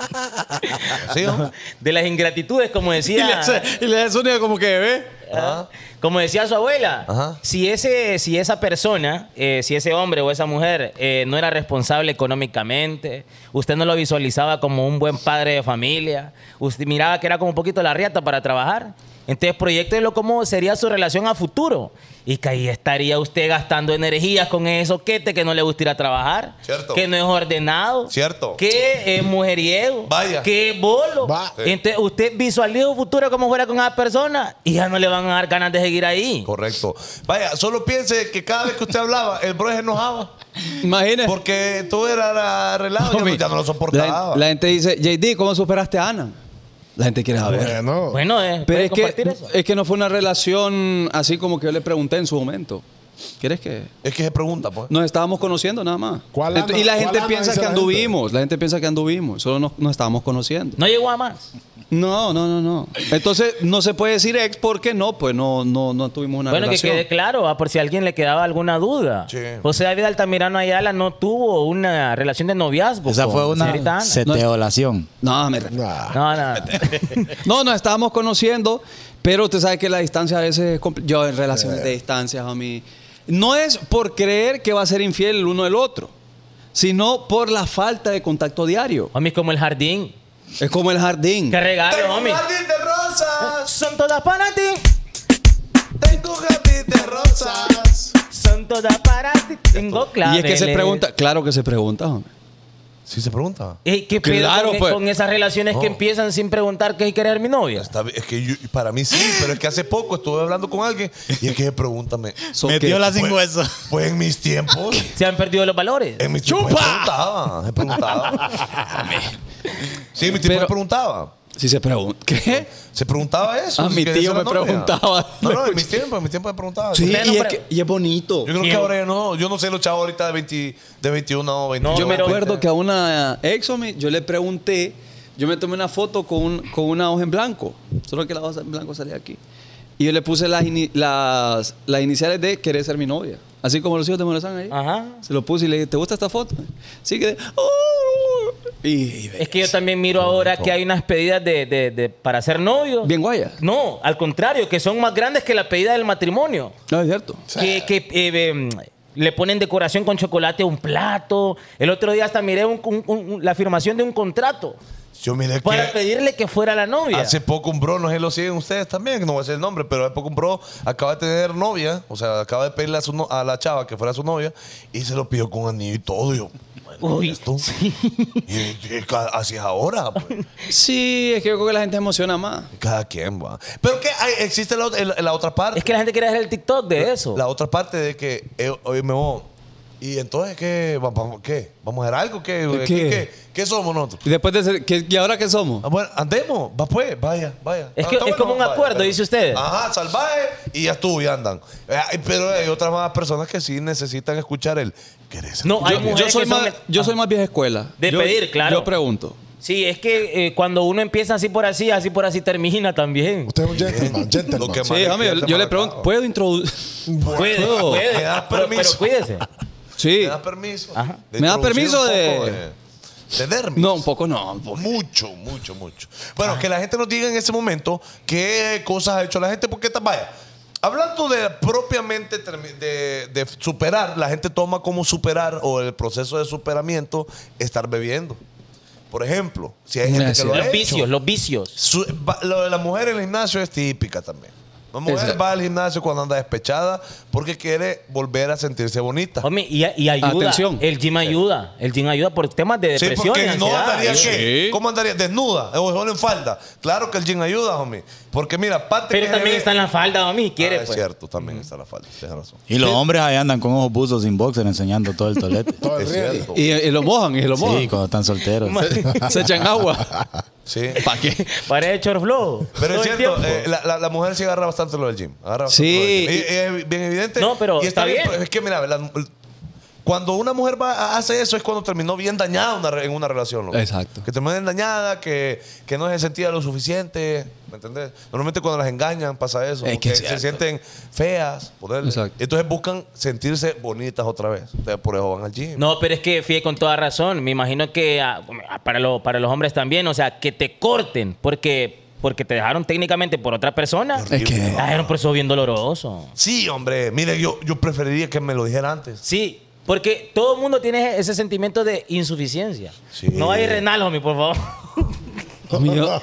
Speaker 5: ¿Sí? homie?
Speaker 6: De las ingratitudes, como
Speaker 2: Y le
Speaker 6: decía,
Speaker 2: hace, y le hace sonido como que bebé.
Speaker 5: Ajá.
Speaker 6: como decía su abuela.
Speaker 5: Ajá.
Speaker 6: Si, ese, si esa persona, eh, si ese hombre o esa mujer eh, no era responsable económicamente, usted no lo visualizaba como un buen padre de familia, usted miraba que era como un poquito la riata para trabajar. Entonces, proyectelo cómo sería su relación a futuro. Y que ahí estaría usted gastando energías con eso soquete que no le gusta ir a trabajar.
Speaker 5: Cierto.
Speaker 6: Que no es ordenado.
Speaker 5: Cierto.
Speaker 6: Que es mujeriego.
Speaker 5: Vaya.
Speaker 6: Que es bolo.
Speaker 4: Va.
Speaker 5: Sí.
Speaker 6: Entonces, usted visualiza un futuro como fuera con esa persona y ya no le van a dar ganas de seguir ahí.
Speaker 5: Correcto. Vaya, solo piense que cada vez que usted hablaba, el bro se enojaba.
Speaker 2: Imagínese.
Speaker 5: Porque tú eras arreglado, ya, no-
Speaker 2: Homie,
Speaker 5: ya no lo soportaba.
Speaker 2: La, la gente dice, JD, ¿cómo superaste a Ana? La gente quiere saber.
Speaker 4: Bueno.
Speaker 6: Bueno, eh,
Speaker 2: Pero
Speaker 6: ¿puedes
Speaker 2: es que,
Speaker 6: compartir eso?
Speaker 2: es que no fue una relación así como que yo le pregunté en su momento. ¿Quieres que...?
Speaker 5: es que se pregunta, pues.
Speaker 2: Nos estábamos conociendo nada más.
Speaker 4: ¿Cuál Ana?
Speaker 2: y la gente
Speaker 4: ¿Cuál Ana
Speaker 2: piensa
Speaker 4: dice
Speaker 2: que
Speaker 4: la gente?
Speaker 2: anduvimos. La gente piensa que anduvimos. Solo nos, nos estábamos conociendo.
Speaker 6: No llegó a más.
Speaker 2: No, no, no, no. Entonces, no se puede decir ex porque no, pues no, no, no tuvimos una
Speaker 6: bueno,
Speaker 2: relación.
Speaker 6: que quede claro, ah, por si a alguien le quedaba alguna duda.
Speaker 5: Sí.
Speaker 6: José David Altamirano Ayala no tuvo una relación de noviazgo.
Speaker 3: Esa
Speaker 6: con
Speaker 3: fue
Speaker 6: señorita
Speaker 3: una
Speaker 6: Ana.
Speaker 3: seteolación.
Speaker 2: No, me-
Speaker 4: Nah.
Speaker 6: No, no.
Speaker 2: no, nos estábamos conociendo, pero usted sabe que la distancia a veces es compli- Yo en relaciones de distancia, a mí. No es por creer que va a ser infiel el uno del otro, sino por la falta de contacto diario.
Speaker 6: Homie, como el jardín.
Speaker 2: Es como el jardín.
Speaker 6: Qué regalo,
Speaker 5: Tengo un
Speaker 6: homie.
Speaker 5: jardín de rosas.
Speaker 6: Son todas para ti.
Speaker 5: Tengo un jardín de rosas.
Speaker 6: Son todas para ti. Tengo claro.
Speaker 2: y es que se pregunta, claro que se pregunta, hombre.
Speaker 5: Sí se pregunta.
Speaker 6: Ey, ¿Qué pedo
Speaker 2: Claro,
Speaker 6: con,
Speaker 2: pues.
Speaker 6: con esas relaciones que
Speaker 5: No.
Speaker 6: empiezan sin preguntar qué querer mi novia?
Speaker 5: Está bien, es que yo- para mí sí, pero es que hace poco estuve hablando con alguien y es que pregúntame,
Speaker 2: So
Speaker 3: Metió
Speaker 2: que-
Speaker 3: la cingüesa.
Speaker 5: pues en mis tiempos,
Speaker 6: Se han perdido los valores.
Speaker 5: en mis tiempos
Speaker 2: ¡Chupa!
Speaker 5: me preguntaba, me preguntaba. Sí, en mis tiempos
Speaker 2: Pero-
Speaker 5: me preguntaba.
Speaker 2: Si se pregunta. ¿Qué?
Speaker 5: Se preguntaba eso.
Speaker 2: Ah,
Speaker 5: si
Speaker 2: mi
Speaker 5: quería
Speaker 2: tío
Speaker 5: ser
Speaker 2: me
Speaker 5: novia.
Speaker 2: preguntaba.
Speaker 5: No, no, en mis tiempos, en mis tiempos me preguntaba.
Speaker 2: Sí,
Speaker 6: Ustedes no
Speaker 2: y es,
Speaker 6: pre-
Speaker 2: que- y es bonito.
Speaker 5: Yo creo que ahora ya no, yo no sé los chavos ahorita de, 20, de 21 o 22.
Speaker 2: Yo me
Speaker 6: pero-
Speaker 2: acuerdo que a una ex o mi- yo le pregunté, yo me tomé una foto con, un- con una hoja en blanco, solo que la hoja en blanco salía aquí. Y yo le puse las, ini- las, las iniciales de querer ser mi novia. Así como los hijos de Morazán ahí.
Speaker 6: Ajá.
Speaker 2: Se lo puse y le dije, ¿te gusta esta foto? Sí que... "Oh". Y, y
Speaker 6: Es que yo también miro ahora que hay unas pedidas de, de- de- para ser novios.
Speaker 2: Bien guaya.
Speaker 6: No, al contrario, que son más grandes que la pedida del matrimonio.
Speaker 2: No, es cierto.
Speaker 6: Que, que, eh, em, le ponen decoración con chocolate a un plato. El otro día hasta miré un- un- un- la firmación de un contrato
Speaker 5: Yo miré
Speaker 6: para
Speaker 5: que
Speaker 6: pedirle que fuera la novia.
Speaker 5: hace poco un bro, no sé lo siguen ustedes también, que no voy a decir el nombre, pero hace poco un bro acaba de tener novia, o sea, acaba de pedirle a, su no- a la chava que fuera su novia y se lo pidió con anillo y todo. Y yo, bueno,
Speaker 6: Uy,
Speaker 5: ¿y esto?
Speaker 6: sí.
Speaker 5: Y- y ca- así es ahora, pues.
Speaker 2: Sí, es que yo creo que la gente emociona más.
Speaker 5: Cada quien va. Pero que hay- existe la, ot- el- la otra parte.
Speaker 6: Es que la gente quiere hacer el TikTok de eso.
Speaker 5: La otra parte de que, eh, oye, me voy. Y entonces, ¿qué? Va- va- ¿Qué? ¿Vamos a hacer algo? ¿Qué,
Speaker 2: ¿Qué?
Speaker 5: ¿Qué? ¿Qué? ¿Qué somos nosotros?
Speaker 2: Y después de ese- ¿qué- ¿Y ahora qué somos?
Speaker 5: Ah, bueno, andemos. Va pues, vaya, vaya.
Speaker 6: Es
Speaker 5: Ah,
Speaker 6: que-
Speaker 5: está
Speaker 6: es como un acuerdo, dice usted.
Speaker 5: Ajá, salvaje y ya estuvo y andan. Eh, ay, Pero hay otras más personas que sí necesitan escuchar el... ¿Querés ser
Speaker 6: No,
Speaker 5: tú?
Speaker 6: hay
Speaker 2: Yo, yo
Speaker 6: mujeres
Speaker 2: soy
Speaker 6: que son-
Speaker 2: más, yo soy más vieja escuela.
Speaker 6: De
Speaker 2: Yo-
Speaker 6: pedir, claro.
Speaker 2: Yo pregunto.
Speaker 6: Sí, es que eh, cuando uno empieza así por así, así por así termina también.
Speaker 4: Usted es un gentleman,
Speaker 5: Lo que
Speaker 4: gentleman.
Speaker 2: Sí,
Speaker 5: más
Speaker 2: déjame, yo,
Speaker 5: despierta,
Speaker 2: yo le
Speaker 5: más
Speaker 2: pregunto,
Speaker 5: acabo.
Speaker 2: ¿puedo introducir?
Speaker 6: Puede,
Speaker 2: Puedo.
Speaker 6: puede.
Speaker 5: Me das
Speaker 6: Pero, pero
Speaker 5: permiso.
Speaker 6: cuídese.
Speaker 2: Sí.
Speaker 5: ¿Me das permiso?
Speaker 6: Ajá.
Speaker 5: de
Speaker 2: ¿Me das
Speaker 5: introducir
Speaker 2: permiso
Speaker 5: un
Speaker 2: de-
Speaker 5: poco de dermis?
Speaker 2: No, un poco no. un poco.
Speaker 5: Mucho, mucho, mucho. Bueno, que la gente nos diga en ese momento qué cosas ha hecho la gente, porque esta- vaya. Hablando de propiamente termi- de, de superar, la gente toma como superar o el proceso de superamiento estar bebiendo. Por ejemplo, si hay gente que
Speaker 2: Gracias.
Speaker 5: lo ha
Speaker 6: Los
Speaker 5: hecho.
Speaker 6: vicios, los vicios.
Speaker 5: Su- va- lo de la mujer en el gimnasio es típica también. La mujer
Speaker 2: Exacto.
Speaker 5: va al gimnasio cuando anda despechada porque quiere volver a sentirse bonita.
Speaker 6: Homie, y, y ayuda.
Speaker 2: Atención.
Speaker 6: El gym ayuda. El gym ayuda por temas de
Speaker 5: Sí,
Speaker 6: depresión. y
Speaker 5: porque no
Speaker 6: ansiedad.
Speaker 5: andaría
Speaker 6: Sí.
Speaker 5: ¿qué? ¿Cómo andaría? ¿Desnuda? ¿O solo en falda? Claro que el jean ayuda, homie. Porque mira, parte
Speaker 6: Pero
Speaker 5: que
Speaker 6: también
Speaker 5: se
Speaker 6: está en
Speaker 5: ve-
Speaker 6: la falda, mami. Quiere,
Speaker 5: Ah, Es
Speaker 6: pues.
Speaker 5: cierto, también está en la falda. Tienes razón.
Speaker 3: Y los hombres ahí andan con ojos buzos sin boxer enseñando todo el tolete.
Speaker 4: Todo el
Speaker 5: Es
Speaker 4: real.
Speaker 5: cierto.
Speaker 2: Y, y lo mojan, y lo mojan.
Speaker 3: Sí, cuando están solteros.
Speaker 2: Se echan agua.
Speaker 5: Sí.
Speaker 2: ¿Para qué?
Speaker 6: Parece chor flojo.
Speaker 5: Pero es
Speaker 6: Todo el
Speaker 5: cierto,
Speaker 6: tiempo.
Speaker 5: eh, la, la- la mujer sí agarra bastante lo del gym. Agarra bastante
Speaker 2: Sí.
Speaker 5: lo del gym. Y- y es bien evidente.
Speaker 6: No, pero
Speaker 5: Y pues,
Speaker 6: está bien.
Speaker 5: Es que mira, la- cuando una mujer va- hace eso es cuando terminó bien dañada una re- en una relación. loco.
Speaker 2: Exacto.
Speaker 5: Que terminó bien dañada, que, que no se sentía lo suficiente. ¿Me entendés? Normalmente cuando las engañan pasa eso.
Speaker 2: Es que
Speaker 5: porque
Speaker 2: es
Speaker 5: se
Speaker 2: cierto.
Speaker 5: sienten feas. ponerle.
Speaker 2: Exacto.
Speaker 5: Entonces buscan sentirse bonitas otra vez. Entonces, por eso van al gym.
Speaker 6: No, pero es que fíjate con toda razón. Me imagino que ah, para, lo- para los hombres también, o sea, que te corten porque, porque te dejaron técnicamente por otra persona.
Speaker 2: Es que.
Speaker 6: Ah, era un proceso bien doloroso.
Speaker 5: Sí, hombre. Mire, yo, yo preferiría que me lo dijera antes.
Speaker 6: Sí, porque todo el mundo tiene ese sentimiento de insuficiencia.
Speaker 5: Sí.
Speaker 6: No hay renal, homie, por favor.
Speaker 2: Homie, yo,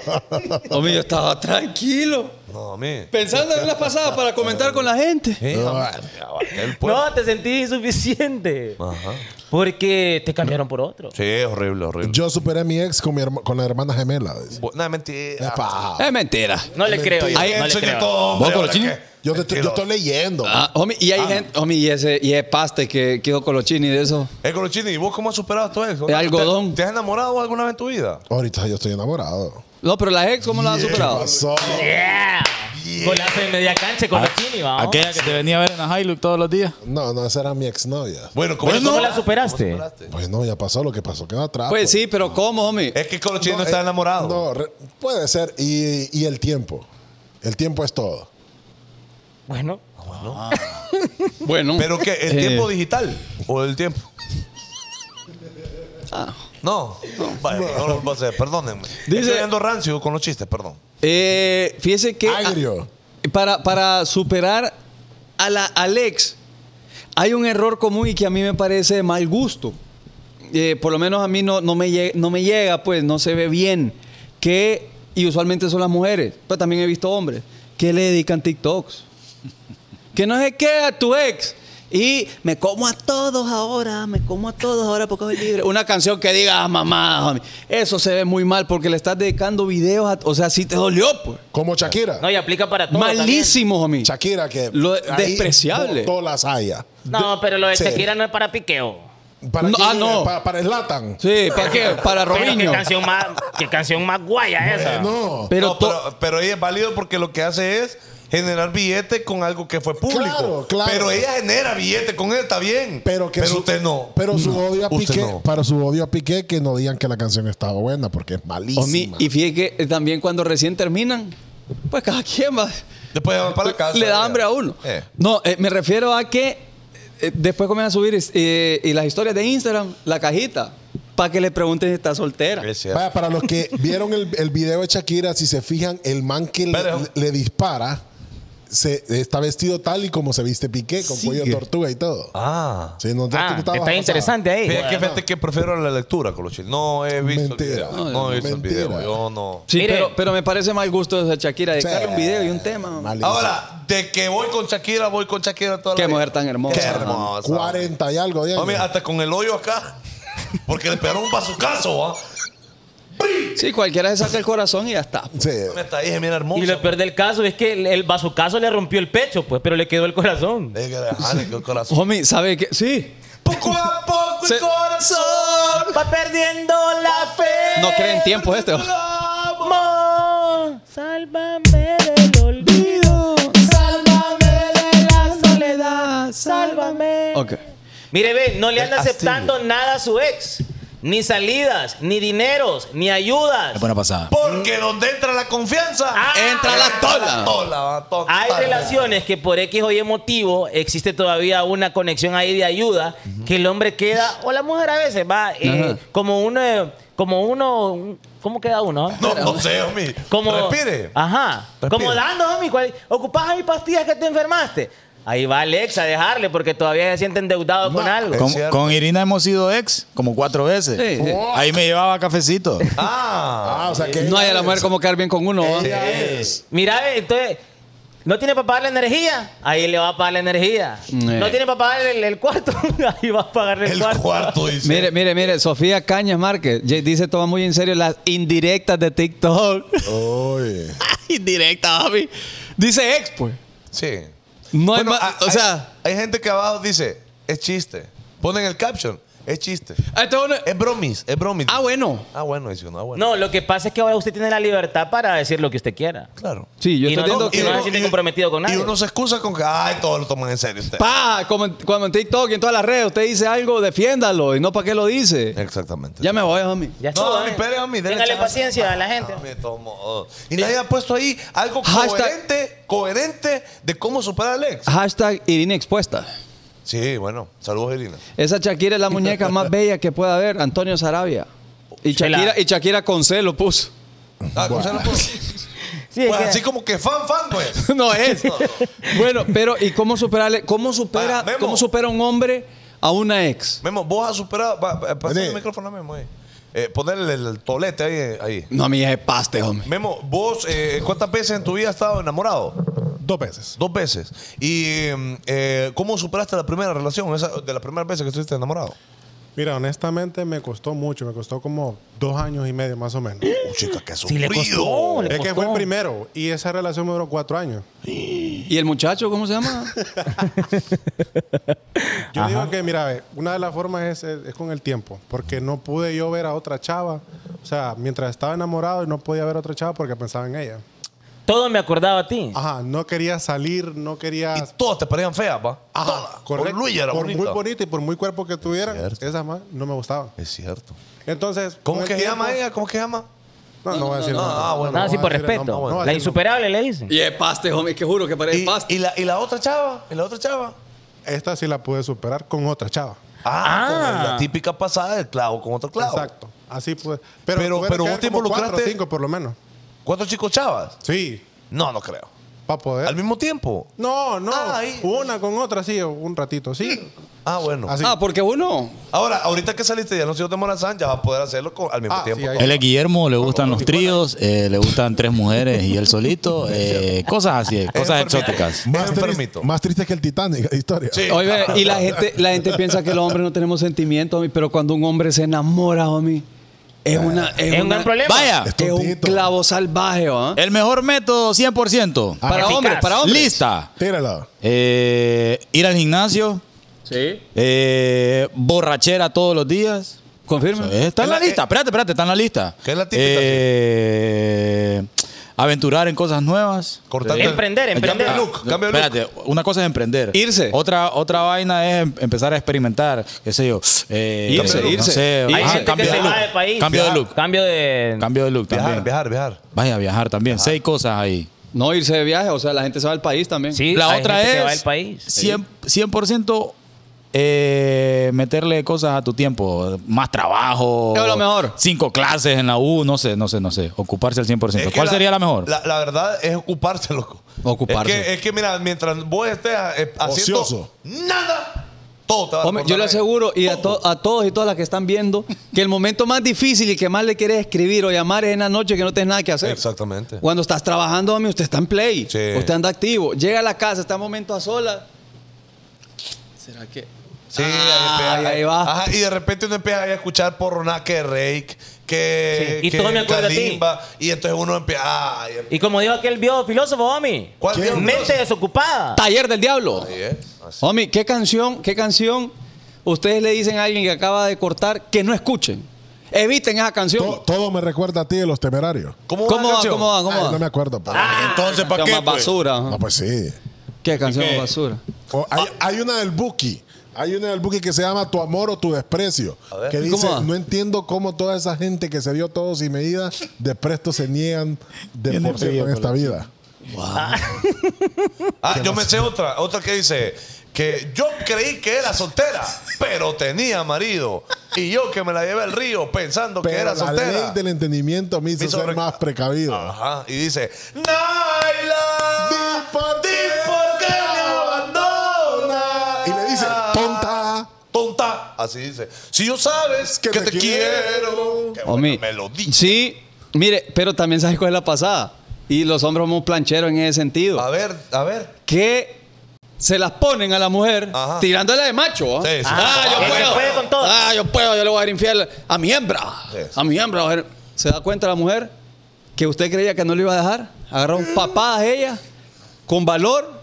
Speaker 2: homie, yo estaba tranquilo.
Speaker 5: No, mí.
Speaker 2: Pensando en unas pasadas para comentar con la gente.
Speaker 5: Eh, Pues
Speaker 6: No, te sentís insuficiente.
Speaker 5: Ajá.
Speaker 6: Porque te cambiaron por otro.
Speaker 5: Sí, es horrible, horrible.
Speaker 4: Yo superé a mi ex con, mi herma- con la hermana gemela. dice.
Speaker 5: Bo- No, es mentira.
Speaker 4: Epa.
Speaker 2: Es mentira.
Speaker 6: No le creo yo.
Speaker 5: Ahí
Speaker 6: no le
Speaker 5: enseña
Speaker 6: creo.
Speaker 5: todo, hombre,
Speaker 3: ¿Vos,
Speaker 5: ahora
Speaker 3: Colochini?
Speaker 5: que-
Speaker 4: Yo, te- yo estoy leyendo.
Speaker 2: Ah, homie, y hay gente. Homie, y ese, y ese paste que quiso Colochini de eso.
Speaker 5: Eh, Colochini, ¿y vos cómo has superado todo eso?
Speaker 2: De algodón.
Speaker 5: ¿Te, te has enamorado alguna vez en tu vida?
Speaker 4: Ahorita yo estoy enamorado.
Speaker 2: No, pero la ex, ¿cómo la ha
Speaker 4: ¿Qué
Speaker 2: superado?
Speaker 4: pasó?
Speaker 6: Yeah. Golazo de media cancha con los chinis, vamos.
Speaker 3: Aquella que te venía a ver en la Hilux todos los días.
Speaker 4: No, no, esa era mi exnovia.
Speaker 5: Bueno, ¿cómo,
Speaker 6: Bueno,
Speaker 5: no?
Speaker 6: ¿cómo la superaste?
Speaker 5: ¿Cómo superaste?
Speaker 4: Pues no, ya pasó lo que pasó. Quedó atrás.
Speaker 2: Pues sí, pero ¿cómo, homie?
Speaker 5: Es que Colochini no,
Speaker 4: eh,
Speaker 5: está enamorado.
Speaker 4: No, re- puede ser. Y, y el tiempo. El tiempo es todo.
Speaker 6: Bueno,
Speaker 2: Bueno.
Speaker 5: ¿Pero qué? ¿El
Speaker 2: Eh.
Speaker 5: tiempo digital o el tiempo? No, no, vaya, no lo vuelvo a hacer, perdónenme.
Speaker 2: Dice-
Speaker 5: Estoy yendo rancio con los chistes, perdón.
Speaker 2: Eh, fíjese que ah,
Speaker 4: Agrio.
Speaker 2: para, para superar a la Alex hay un error común y que a mí me parece de mal gusto. Eh, por lo menos a mí no, no, me llega, no me llega, pues no se ve bien. Que, y usualmente son las mujeres, pero también he visto hombres, que le dedican TikToks. Que no se queda a tu ex. Y me como a todos ahora, me como a todos ahora porque soy libre. Una canción que diga, ah, mamá, homie". eso se ve muy mal porque le estás dedicando videos, a- o sea, sí te dolió, pues.
Speaker 5: Ah.
Speaker 4: Como Shakira.
Speaker 6: No, y aplica para todo. también.
Speaker 2: Malísimo, homie.
Speaker 4: Shakira que.
Speaker 2: Lo
Speaker 4: ahí
Speaker 2: despreciable.
Speaker 4: botó las hayas.
Speaker 6: No, pero lo de
Speaker 4: Sí.
Speaker 6: Shakira no es para piqueo.
Speaker 4: Para
Speaker 2: No,
Speaker 4: quién
Speaker 2: ah,
Speaker 4: es?
Speaker 2: no.
Speaker 4: Para, para Zlatan.
Speaker 2: Sí, ¿para qué? Para
Speaker 6: Pero qué
Speaker 2: Robinho.
Speaker 6: canción más, qué canción más guaya esa.
Speaker 4: Eh,
Speaker 6: Ah,
Speaker 4: No.
Speaker 2: Pero,
Speaker 5: No,
Speaker 2: to-
Speaker 5: pero, pero ella es válido porque lo que hace es generar billete con algo que fue público.
Speaker 4: Claro, claro.
Speaker 5: Pero ella genera billete con él, está bien.
Speaker 4: Pero, que su-
Speaker 5: usted no.
Speaker 4: Pero su odio a
Speaker 5: usted
Speaker 4: Piqué,
Speaker 5: no.
Speaker 4: para su odio a Piqué, que no digan que la canción estaba buena, porque es
Speaker 2: homie,
Speaker 4: malísima.
Speaker 2: y fíjate que eh, también cuando recién terminan, pues cada quien va.
Speaker 5: Después van para la casa.
Speaker 2: Le da
Speaker 5: ya.
Speaker 2: hambre a uno.
Speaker 5: Eh.
Speaker 2: No, eh, me refiero a que eh, después comienzan a subir eh, y las historias de Instagram, la cajita, para que le pregunten si está soltera.
Speaker 5: Es cierto.
Speaker 4: Vaya, para los que vieron el, el video de Shakira, si se fijan, el man que le,
Speaker 5: Pero-
Speaker 4: le dispara se, está vestido tal y como se viste Piqué, con cuello de tortuga y todo.
Speaker 5: Ah.
Speaker 4: Sí, no, ya
Speaker 6: Ah,
Speaker 4: tú estabas
Speaker 6: está
Speaker 4: pasada.
Speaker 2: eh,
Speaker 6: interesante ahí.
Speaker 5: Fíjate que, fíjate que prefiero la lectura, Coloche. No he visto
Speaker 4: Mentira.
Speaker 5: el video. No he visto
Speaker 4: Mentira.
Speaker 5: el video. Yo no.
Speaker 2: Sí,
Speaker 6: Mire.
Speaker 2: pero, pero me parece mal gusto de Shakira
Speaker 4: Sí.
Speaker 2: dedicarle un video y un tema.
Speaker 4: Malísimo.
Speaker 5: Ahora, de que voy con Shakira, voy con Shakira toda la
Speaker 2: Qué
Speaker 5: vida.
Speaker 2: mujer tan hermosa.
Speaker 5: Qué hermosa.
Speaker 4: 40 y algo, de años.
Speaker 5: Hombre, hasta con el hoyo acá. Porque le pegaron un bazucazo, ¿ah?
Speaker 2: Sí, cualquiera se saca el corazón y ya está.
Speaker 4: Sí.
Speaker 5: Me está dije, mira, hermosa.
Speaker 6: Y lo peor del caso es que el, el bazucazo le rompió el pecho, pues, pero le quedó el corazón.
Speaker 5: Es que ajá, le quedó el corazón.
Speaker 2: Homie, ¿sabe qué? Sí.
Speaker 5: Poco a poco
Speaker 2: Se-
Speaker 5: el corazón.
Speaker 6: Va perdiendo la fe.
Speaker 2: No creen tiempo este.
Speaker 6: Amor, sálvame del olvido.
Speaker 2: Soledad,
Speaker 6: Sálvame.
Speaker 2: Ok.
Speaker 6: Mire, ve, no le anda
Speaker 5: Astilla.
Speaker 6: aceptando nada a su ex. Ni salidas, ni dineros, ni ayudas.
Speaker 3: Es buena pasada.
Speaker 5: Porque donde entra la confianza,
Speaker 6: Mm. Ah,
Speaker 2: Entra la
Speaker 5: la
Speaker 2: tola.
Speaker 5: tola. va, to-
Speaker 6: Hay
Speaker 5: tola.
Speaker 6: relaciones que por X o Y motivo existe todavía una conexión ahí de ayuda que el hombre queda, o la mujer a veces va, eh,
Speaker 2: Ajá.
Speaker 6: como uno, eh, como uno, un- ¿cómo queda uno?
Speaker 5: No, no sé, homie.
Speaker 6: Como,
Speaker 5: Respire.
Speaker 6: Ajá.
Speaker 5: Respire.
Speaker 6: Como dando, homie, cual- ocupás ahí pastillas que te enfermaste. Ahí va Alex a dejarle porque todavía se siente endeudado con algo.
Speaker 5: Es
Speaker 3: Con,
Speaker 5: cierto.
Speaker 3: con Irina hemos sido ex como cuatro veces.
Speaker 2: Sí, sí.
Speaker 3: Ahí me llevaba cafecito.
Speaker 5: Ah.
Speaker 4: Ah, o sea que
Speaker 2: Eh, No hay a la
Speaker 4: es-
Speaker 2: mujer como quedar bien con uno. ¿va?
Speaker 6: Mira, ve, entonces, ¿no tiene para pagar la energía? Ahí le va a pagar la energía. ¿No tiene para pagar el, el cuarto? ahí va a pagarle el,
Speaker 5: El cuarto dice.
Speaker 2: Mire, mire, mire, Sofía Cañas Márquez ye- dice toma muy en serio las indirectas de TikTok.
Speaker 4: Uy.
Speaker 2: indirectas, mami. Dice ex, pues.
Speaker 5: Sí.
Speaker 2: No hay
Speaker 5: Bueno,
Speaker 2: más.
Speaker 5: hay-
Speaker 2: O sea,
Speaker 5: hay gente que abajo dice, es chiste. Ponen el caption, es chiste.
Speaker 2: esto es una-
Speaker 5: Es bromis, es bromis.
Speaker 2: Ah, bueno.
Speaker 5: Ah, bueno, dice uno. Ah, bueno.
Speaker 6: No, lo que pasa es que ahora usted tiene la libertad para decir lo que usted quiera.
Speaker 5: Claro.
Speaker 2: Sí, yo
Speaker 6: Y
Speaker 2: estoy
Speaker 6: no-
Speaker 2: viendo
Speaker 6: y
Speaker 2: que.
Speaker 6: no- se siente comprometido con nadie.
Speaker 5: Y uno se excusa con que, ay, todos lo toman en serio usted.
Speaker 2: Pa, como en, como en TikTok y en todas las redes, usted dice algo, defiéndalo y no para qué lo dice.
Speaker 5: Eh, Exactamente.
Speaker 2: Ya me voy, homie.
Speaker 6: Ya
Speaker 5: No,
Speaker 6: estuvo,
Speaker 5: mi
Speaker 6: ¿eh?
Speaker 5: pere, homie, dele
Speaker 6: Téngale
Speaker 5: chance.
Speaker 6: paciencia a la gente.
Speaker 5: Ah, me tomo. Y nadie ha puesto ahí algo
Speaker 2: Hashtag-
Speaker 5: coherente, coherente de cómo superar al ex.
Speaker 2: Hashtag Irina expuesta.
Speaker 5: Sí, bueno, saludos, Irina.
Speaker 2: Esa Shakira es la muñeca más bella que pueda haber, Antonio Sarabia. Y Shakira, y Shakira con C lo puso.
Speaker 5: Ah, ¿cómo se llama?
Speaker 6: Sí, es
Speaker 5: Pues
Speaker 6: que-
Speaker 5: así como que fan, fan, pues.
Speaker 2: no es. bueno, pero ¿y cómo superarle? ¿Cómo supera,
Speaker 5: Ah, Memo.
Speaker 2: cómo supera un hombre a una ex?
Speaker 5: Memo, vos has superado. Va, va, pásale el
Speaker 4: Vení.
Speaker 5: micrófono a Memo ahí. Eh, ponerle el, el tolete ahí, eh, ahí.
Speaker 2: No, mi es paste, hombre.
Speaker 5: Memo, vos, eh, ¿cuántas veces en tu vida has estado enamorado?
Speaker 4: Dos veces.
Speaker 5: Dos veces. ¿Y mm, eh, cómo superaste la primera relación, esa, de la primera vez que estuviste enamorado?
Speaker 7: Mira, honestamente me costó mucho, me costó como dos años y medio más o menos.
Speaker 5: Oh, chica, qué
Speaker 6: Sí, le
Speaker 5: sufrido.
Speaker 6: costó, le
Speaker 7: Es que fue el
Speaker 6: costó.
Speaker 7: primero y esa relación me duró cuatro años.
Speaker 2: ¿Y el muchacho cómo se llama?
Speaker 7: Yo digo que, mira, ve, una de las formas es, es- es con el tiempo, porque no pude yo ver a otra chava. O sea, mientras estaba enamorado no podía ver a otra chava porque pensaba en ella.
Speaker 6: Todo me acordaba a ti.
Speaker 7: Ajá, no quería salir, no quería...
Speaker 5: Y todas te parecían feas, ¿va? Todas.
Speaker 7: Ajá, correcto.
Speaker 5: Por Luis era
Speaker 7: por
Speaker 5: bonita.
Speaker 7: muy bonita y por muy cuerpo que tuviera,
Speaker 5: Cierto.
Speaker 7: esas más no me gustaban.
Speaker 5: Es cierto.
Speaker 7: Entonces,
Speaker 5: ¿Cómo
Speaker 7: con
Speaker 5: que
Speaker 7: el
Speaker 5: se llama
Speaker 7: tiempo-
Speaker 5: ella? ¿Cómo que se llama?
Speaker 7: No, no, voy a decir
Speaker 5: no,
Speaker 7: nada.
Speaker 5: ah, bueno.
Speaker 6: No,
Speaker 7: voy
Speaker 6: así
Speaker 7: a
Speaker 6: por
Speaker 7: decir el
Speaker 6: respeto.
Speaker 7: nombre, no voy a
Speaker 6: la
Speaker 7: decir el nombre.
Speaker 6: insuperable le dicen.
Speaker 2: Y es paste, hombre. Que juro que parece
Speaker 5: ¿Y,
Speaker 2: paste.
Speaker 5: y la, ¿Y la otra chava? ¿Y la otra chava?
Speaker 7: Esta sí la pude superar con otra chava.
Speaker 5: Ah,
Speaker 6: Ah.
Speaker 5: con la típica pasada del clavo con otro clavo.
Speaker 7: Exacto. Así pues. Pero,
Speaker 5: Pero-
Speaker 7: pero,
Speaker 5: pero vos
Speaker 7: vos
Speaker 5: te
Speaker 7: Cuatro,
Speaker 5: involucraste-
Speaker 7: cinco por lo menos.
Speaker 5: ¿Cuántos chicos chavas?
Speaker 7: Sí.
Speaker 5: No, no creo.
Speaker 7: Para poder.
Speaker 5: ¿Al mismo tiempo?
Speaker 7: No, no.
Speaker 5: Ah, ahí.
Speaker 7: Una con otra, sí, un ratito, sí.
Speaker 5: Ah, bueno.
Speaker 7: Así.
Speaker 2: Ah, porque uno.
Speaker 5: Ahora, ahorita que saliste de Anuncio de Morazán, ya vas a poder hacerlo con- al mismo
Speaker 7: Ah,
Speaker 5: tiempo.
Speaker 7: sí, ahí-
Speaker 5: con-
Speaker 3: Él es Guillermo, le gustan los tríos, eh, le gustan tres mujeres y él solito, eh, cosas así, cosas
Speaker 5: enfermito.
Speaker 3: exóticas.
Speaker 5: Es
Speaker 4: Más, tris-
Speaker 5: enfermito.
Speaker 4: más triste que el Titanic, la historia.
Speaker 5: Sí.
Speaker 2: Oye, y la gente, la gente piensa que los hombres no tenemos sentimientos, homie, pero cuando un hombre se enamora, homie, es una. Es,
Speaker 6: Es un
Speaker 2: una-
Speaker 6: gran problema.
Speaker 3: Vaya,
Speaker 4: Es
Speaker 2: Es un
Speaker 4: tontito.
Speaker 2: clavo salvaje, ¿va?
Speaker 3: el mejor método 100%.
Speaker 4: Ah,
Speaker 2: Para
Speaker 6: eficaz.
Speaker 2: hombres, para hombres.
Speaker 3: Lista.
Speaker 4: Tírala.
Speaker 3: Eh, ir al gimnasio,
Speaker 2: Sí.
Speaker 3: eh, borrachera todos los días.
Speaker 2: Confirma.
Speaker 3: Eh, Está en la
Speaker 5: Es la-
Speaker 3: lista, espérate, espérate, está en la lista.
Speaker 5: ¿Qué es la típica,
Speaker 3: Eh, aventurar en cosas nuevas.
Speaker 5: cortarte el-
Speaker 6: Emprender, emprender.
Speaker 5: Cambia de look, cambia de look.
Speaker 3: Espérate, una cosa es emprender.
Speaker 2: Irse.
Speaker 3: Otra, otra vaina es em- empezar a experimentar, qué sé yo. eh,
Speaker 2: Irse,
Speaker 3: no
Speaker 2: irse.
Speaker 3: sé,
Speaker 2: Hay
Speaker 3: ah,
Speaker 2: gente que
Speaker 3: cambio
Speaker 2: se
Speaker 3: de
Speaker 2: va
Speaker 3: look.
Speaker 6: de país.
Speaker 3: Cambio de look.
Speaker 6: Cambio de.
Speaker 3: Cambio de look
Speaker 5: Viajar,
Speaker 3: también.
Speaker 5: viajar, viajar.
Speaker 3: Vaya, viajar también. Seis cosas ahí.
Speaker 2: No irse de viaje, o sea, la gente se va al país también.
Speaker 6: Sí,
Speaker 3: La
Speaker 6: hay
Speaker 3: otra
Speaker 6: gente que va
Speaker 3: es
Speaker 6: del país.
Speaker 3: 100%, 100% eh, meterle cosas a tu tiempo. Más trabajo.
Speaker 2: Es lo mejor.
Speaker 3: Cinco clases en la U, no sé, no sé, no sé. Ocuparse al 100%.
Speaker 5: Es que
Speaker 3: ¿Cuál sería la mejor?
Speaker 5: La, la verdad es ocuparse, loco.
Speaker 2: Ocuparse.
Speaker 5: Es que, es que, mira, mientras vos estés eh, haciendo
Speaker 4: Ocioso.
Speaker 5: nada, todo te va a
Speaker 2: Hombre, yo le aseguro y a, to- a todos y todas las que están viendo que el momento más difícil y que más le quieres escribir o llamar es en la noche que no tienes nada que hacer.
Speaker 5: Exactamente.
Speaker 2: Cuando estás trabajando, homie, usted está en play,
Speaker 5: Sí.
Speaker 2: usted anda activo, llega a la casa, está un momento a solas. ¿Será que?
Speaker 5: Sí,
Speaker 2: Ah,
Speaker 5: ahí,
Speaker 2: y
Speaker 5: empieza-
Speaker 2: ahí va.
Speaker 5: Ajá, y de repente uno empieza ahí a escuchar porroná que Rake, que,
Speaker 6: Sí, y
Speaker 5: que
Speaker 6: todo me acuerda a ti.
Speaker 5: Kalimba, y entonces uno empieza. Ay,
Speaker 6: Y como dijo aquel viejo filósofo, homie.
Speaker 5: ¿Cuál viejo
Speaker 6: Mente
Speaker 5: filósofo?
Speaker 6: desocupada.
Speaker 2: Taller del Diablo.
Speaker 5: ahí es, así.
Speaker 2: Homie, ¿qué canción, qué canción ustedes le dicen a alguien que acaba de cortar que no escuchen? Eviten esa canción.
Speaker 4: To- todo me recuerda a ti de los temerarios.
Speaker 5: ¿Cómo va la
Speaker 2: ¿Cómo va?
Speaker 5: canción?
Speaker 2: ¿Cómo va? ¿Cómo Ah.
Speaker 4: Ay,
Speaker 2: va?
Speaker 4: Ah, no me acuerdo. pero-
Speaker 3: Entonces,
Speaker 2: Canción más basura. ajá.
Speaker 4: No, pues sí.
Speaker 2: ¿Qué canción más basura?
Speaker 4: O hay, hay una del Buki. Hay una del Buki que se llama Tu amor o tu desprecio. Que dice,
Speaker 2: ¿Cómo va?
Speaker 4: no entiendo cómo toda esa gente que se dio todo sin medida, de presto se niegan de
Speaker 3: Bien
Speaker 4: por cierto en
Speaker 3: frío,
Speaker 4: esta vida.
Speaker 5: Ah, yo me sé otra, otra que dice que yo creí que era soltera, pero tenía marido. Y yo que me la llevé al río pensando que
Speaker 4: Pero
Speaker 5: era
Speaker 4: la
Speaker 5: soltera.
Speaker 4: ley del entendimiento me hizo,
Speaker 5: Me hizo
Speaker 4: ser
Speaker 5: re-
Speaker 4: más precavido.
Speaker 2: Ah.
Speaker 5: Ajá, y dice, Naila,
Speaker 4: Di por
Speaker 5: di
Speaker 4: qué
Speaker 5: por qué me abandonas.
Speaker 4: Y le dice, tonta.
Speaker 5: tonta. Así dice, si yo sabes que,
Speaker 4: Que
Speaker 5: te,
Speaker 4: te
Speaker 5: quiero. Qué buena
Speaker 2: Homie,
Speaker 5: melodía.
Speaker 2: Sí, mire, pero también sabes cuál es la pasada. Y los hombres somos plancheros en ese sentido.
Speaker 5: A ver, a ver.
Speaker 2: Que se las ponen a la mujer
Speaker 5: Ajá.
Speaker 2: tirándole de macho. ¿ah?
Speaker 5: Sí, sí.
Speaker 2: Ah, yo
Speaker 6: Ella
Speaker 2: puedo.
Speaker 6: puede con todo.
Speaker 2: Ah, yo puedo, yo le voy a ir infiel a mi hembra.
Speaker 5: Sí, sí.
Speaker 2: A mi hembra. mujer. ¿Se da cuenta la mujer que usted creía que no le iba a dejar? Agarra un papá a ella con valor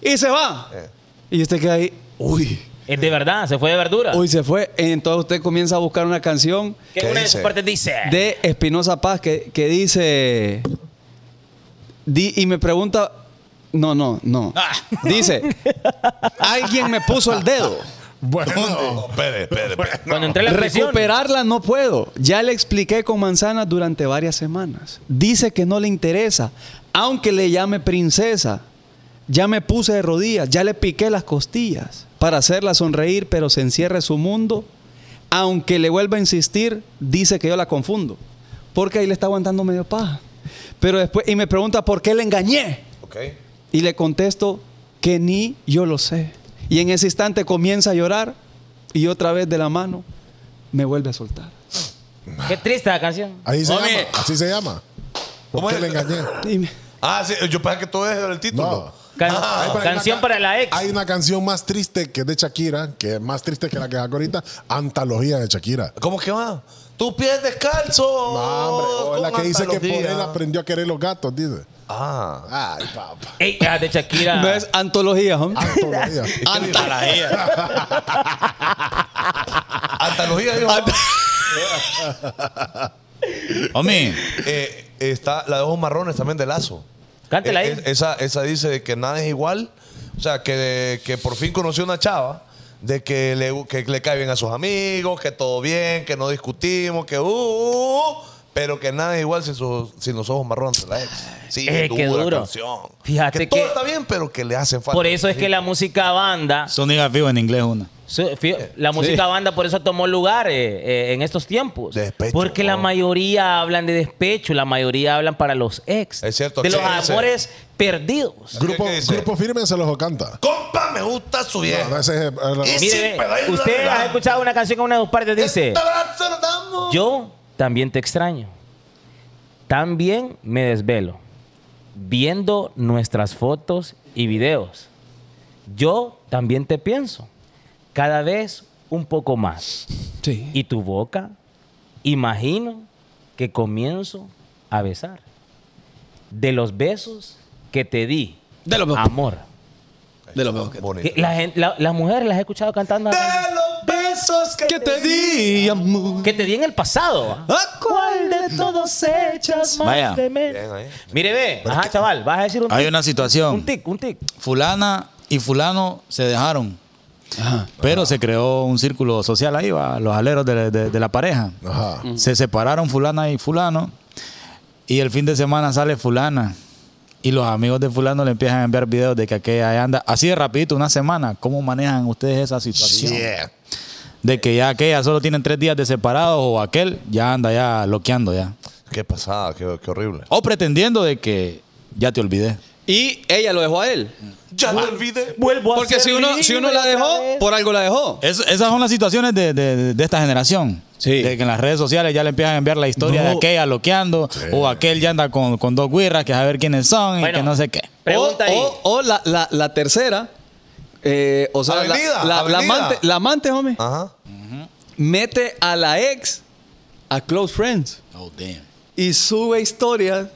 Speaker 2: y se va.
Speaker 5: Eh.
Speaker 2: Y usted queda ahí, uy,
Speaker 6: Es Eh, de verdad, se fue de verdura.
Speaker 2: uy, se fue. Entonces usted comienza a buscar una canción
Speaker 6: que
Speaker 5: ¿Qué
Speaker 6: una de
Speaker 5: dice?
Speaker 6: sus partes dice.
Speaker 2: de Espinosa Paz que, que dice di- y me pregunta no no no dice alguien me puso el dedo
Speaker 5: No,
Speaker 4: Bueno,
Speaker 5: espere, espere, espere.
Speaker 6: Cuando entré en la presión.
Speaker 2: recuperarla no puedo ya le expliqué con manzanas durante varias semanas dice que no le interesa aunque le llame princesa ya me puse de rodillas ya le piqué las costillas para hacerla sonreír pero se encierre su mundo aunque le vuelva a insistir, dice que yo la confundo. Porque ahí le está aguantando medio paja. Pero después, y me pregunta por qué le engañé.
Speaker 5: Ok.
Speaker 2: Y le contesto que ni yo lo sé. Y en ese instante comienza a llorar y otra vez de la mano me vuelve a soltar.
Speaker 6: Qué triste la canción.
Speaker 4: ahí se
Speaker 5: Homie.
Speaker 4: llama. Así se llama. ¿Por
Speaker 5: ¿Cómo
Speaker 4: qué
Speaker 5: es?
Speaker 4: le engañé?
Speaker 2: Y me-
Speaker 5: Ah, sí, yo pensaba que todo es el título.
Speaker 4: No.
Speaker 6: Can-
Speaker 5: Ah,
Speaker 4: Hay una
Speaker 6: canción
Speaker 4: ca-
Speaker 6: para la ex.
Speaker 4: Hay una canción más triste que es de Shakira, que es más triste que la que sacó ahorita, Antología de Shakira.
Speaker 5: ¿Cómo que va? Tus pies descalzos.
Speaker 4: No, hombre, o es la
Speaker 5: con
Speaker 4: que dice que por
Speaker 5: antología.
Speaker 4: él aprendió a querer los gatos, dice.
Speaker 5: Ah.
Speaker 4: Ay, papá.
Speaker 6: Ey, ah, de Shakira.
Speaker 2: No es antología, homie.
Speaker 4: Antología.
Speaker 5: Antología. Antología, dijo.
Speaker 3: Homie,
Speaker 5: Eh, está la de ojos marrones también de lazo.
Speaker 6: Cántela
Speaker 5: Eh,
Speaker 6: ahí.
Speaker 5: es- esa, esa dice de que nada es igual. O sea, que, que por fin conoció una chava. De que le, que le cae bien a sus amigos, que todo bien, que no discutimos, que uh, uh, uh, Pero que nada es igual sin, sus- sin los ojos marrones de la ex. Sí,
Speaker 6: Eh, qué
Speaker 5: dura
Speaker 6: duro.
Speaker 5: canción.
Speaker 6: Fíjate
Speaker 5: que todo
Speaker 6: que-
Speaker 5: está bien, pero que le hacen falta.
Speaker 6: Por eso es que la música banda,
Speaker 3: Sonic Fijo en inglés una.
Speaker 6: su-
Speaker 5: eh,
Speaker 6: fí- la música banda por eso tomó lugar eh, eh, en estos tiempos.
Speaker 5: Despecho, oh.
Speaker 6: Porque la
Speaker 5: ¿no?
Speaker 6: mayoría hablan de despecho, la mayoría hablan para los ex.
Speaker 5: Es cierto,
Speaker 6: de los
Speaker 5: che, ese.
Speaker 6: amores perdidos.
Speaker 4: Grupo,
Speaker 5: ¿Qué dice?
Speaker 4: grupo firme se los canta.
Speaker 5: Compa, me gusta su vieja.
Speaker 4: No, ese es-
Speaker 5: Y
Speaker 6: Mire,
Speaker 5: sí,
Speaker 6: ve,
Speaker 5: me da igual,
Speaker 6: usted
Speaker 5: ¿verdad?
Speaker 6: ha escuchado una canción que en una de sus partes dice,
Speaker 5: Este abrazo lo damos.
Speaker 6: yo también te extraño. También me desvelo viendo nuestras fotos y videos. Yo también te pienso. Cada vez un poco más.
Speaker 2: Sí.
Speaker 6: Y tu boca, imagino que comienzo a besar. De los besos que te di.
Speaker 2: De los besos.
Speaker 6: Amor.
Speaker 2: De lo mejor que
Speaker 5: Bonito.
Speaker 6: Que la gen- la- Las mujeres las he escuchado cantando.
Speaker 5: De los besos que,
Speaker 2: ¿Qué te di, amor?
Speaker 6: Que te di en el pasado. ¿ah?
Speaker 2: ¿A cuál de todos echas más?
Speaker 3: Vaya,
Speaker 5: Bien ahí.
Speaker 6: Mire, ve. Ajá, chaval, vas a decir un
Speaker 3: hay
Speaker 6: tic.
Speaker 3: una situación.
Speaker 6: Un tic, un tic.
Speaker 3: Fulana y fulano se dejaron.
Speaker 2: Ajá.
Speaker 3: Pero se creó un círculo social ahí, va, los aleros de, de- de la pareja.
Speaker 4: Ajá.
Speaker 3: Se separaron fulana y fulano. Y el fin de semana sale fulana. Y los amigos de fulano le empiezan a enviar videos de que aquella ahí anda. Así de rapidito, una semana. ¿Cómo manejan ustedes esa situación?
Speaker 5: Yeah.
Speaker 3: De que ya aquella solo tienen tres días de separados o aquel ya anda ya loqueando ya.
Speaker 5: Qué pasada, qué, qué horrible.
Speaker 3: O pretendiendo de que ya te olvidé.
Speaker 2: Y ella lo dejó a él.
Speaker 5: Ya te olvidé.
Speaker 6: Vuelvo
Speaker 2: Porque
Speaker 6: ser
Speaker 2: si uno, si uno
Speaker 6: libre
Speaker 2: la
Speaker 6: otra
Speaker 2: dejó,
Speaker 6: vez.
Speaker 2: por algo la dejó.
Speaker 3: Es- esas son las situaciones de, de- de esta generación.
Speaker 2: Sí.
Speaker 3: De que en las redes sociales ya le empiezan a enviar la historia de aquella loqueando o aquel ya anda con, con dos guirras que a ver quiénes son y
Speaker 6: Bueno.
Speaker 3: que no sé qué. Oh,
Speaker 6: Pregunta
Speaker 2: o,
Speaker 6: ahí.
Speaker 2: o- o la, la- la tercera. eh, o sea, la-
Speaker 5: Avenida,
Speaker 2: la, la
Speaker 5: avenida.
Speaker 2: amante, la amante, homie,
Speaker 6: Ah.
Speaker 5: Ajá.
Speaker 2: mete a la ex a close friends y sube historias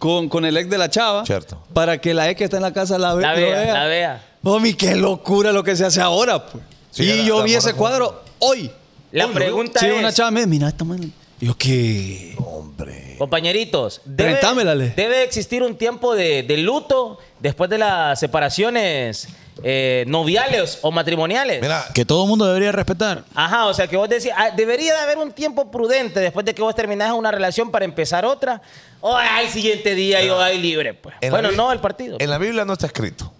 Speaker 2: con, con el ex de la chava
Speaker 5: Cierto.
Speaker 2: para que la ex que está en la casa la,
Speaker 3: eh,
Speaker 2: ve-
Speaker 6: La
Speaker 2: lo
Speaker 6: vea, la vea.
Speaker 2: Homie, qué locura lo que se hace ahora, pues.
Speaker 5: Sí,
Speaker 2: y
Speaker 5: la-
Speaker 2: yo
Speaker 5: la
Speaker 2: vi
Speaker 5: morra
Speaker 2: ese
Speaker 5: fue-
Speaker 2: cuadro hoy.
Speaker 6: La
Speaker 2: Hoy lo vi.
Speaker 6: pregunta
Speaker 2: Sí,
Speaker 6: es-
Speaker 2: una chava me dice, mira esta man. Y Yo, ¿qué?
Speaker 6: Compañeritos, debe,
Speaker 2: Presentámela, Ale.
Speaker 6: debe existir un tiempo de, de luto después de las separaciones eh, noviales o matrimoniales.
Speaker 5: Mira,
Speaker 3: Que todo el mundo debería respetar.
Speaker 6: Ajá, o sea que vos decís, ah, debería de haber un tiempo prudente después de que vos terminás una relación para empezar otra. O al siguiente día yo ahí libre, pues.
Speaker 5: En la
Speaker 6: Bueno,
Speaker 5: Bib-
Speaker 6: no, el partido.
Speaker 5: en la Biblia no está escrito.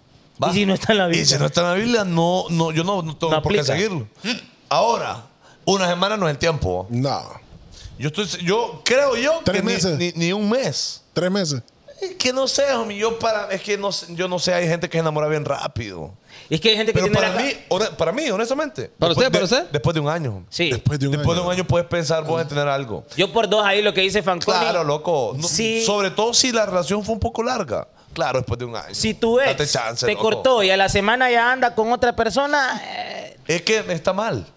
Speaker 5: ¿va?
Speaker 6: Y si no está en la Biblia.
Speaker 5: Y si no está en la Biblia, no, no, yo no, no tengo
Speaker 6: No
Speaker 5: por qué
Speaker 6: aplica.
Speaker 5: seguirlo. Ahora, una semana no es el tiempo.
Speaker 4: No.
Speaker 5: Yo estoy, yo creo yo
Speaker 4: Tres
Speaker 5: que ni,
Speaker 4: meses.
Speaker 5: ni- ni un mes.
Speaker 4: Tres meses.
Speaker 5: Es que no sé, homie, yo para, es que no, sé- yo no sé, hay gente que se enamora bien rápido.
Speaker 6: es que hay gente que
Speaker 5: Pero
Speaker 6: tiene
Speaker 5: para
Speaker 6: la-
Speaker 5: mí, hora- para mí, honestamente.
Speaker 2: ¿Para
Speaker 5: después
Speaker 2: usted, para
Speaker 5: de-
Speaker 2: usted?
Speaker 5: Después de un año. homie.
Speaker 6: Sí.
Speaker 4: Después de un
Speaker 5: después
Speaker 4: año.
Speaker 5: de un año puedes pensar vos en tener algo.
Speaker 6: Yo por dos ahí lo que dice Fanconi.
Speaker 5: Claro, loco. No-
Speaker 6: Sí.
Speaker 5: Sobre todo si la relación fue un poco larga. Claro, después de un año.
Speaker 6: Si tu ex
Speaker 5: Date chance,
Speaker 6: te
Speaker 5: loco.
Speaker 6: cortó y a la semana ya anda con otra persona, eh,
Speaker 5: Es que está mal.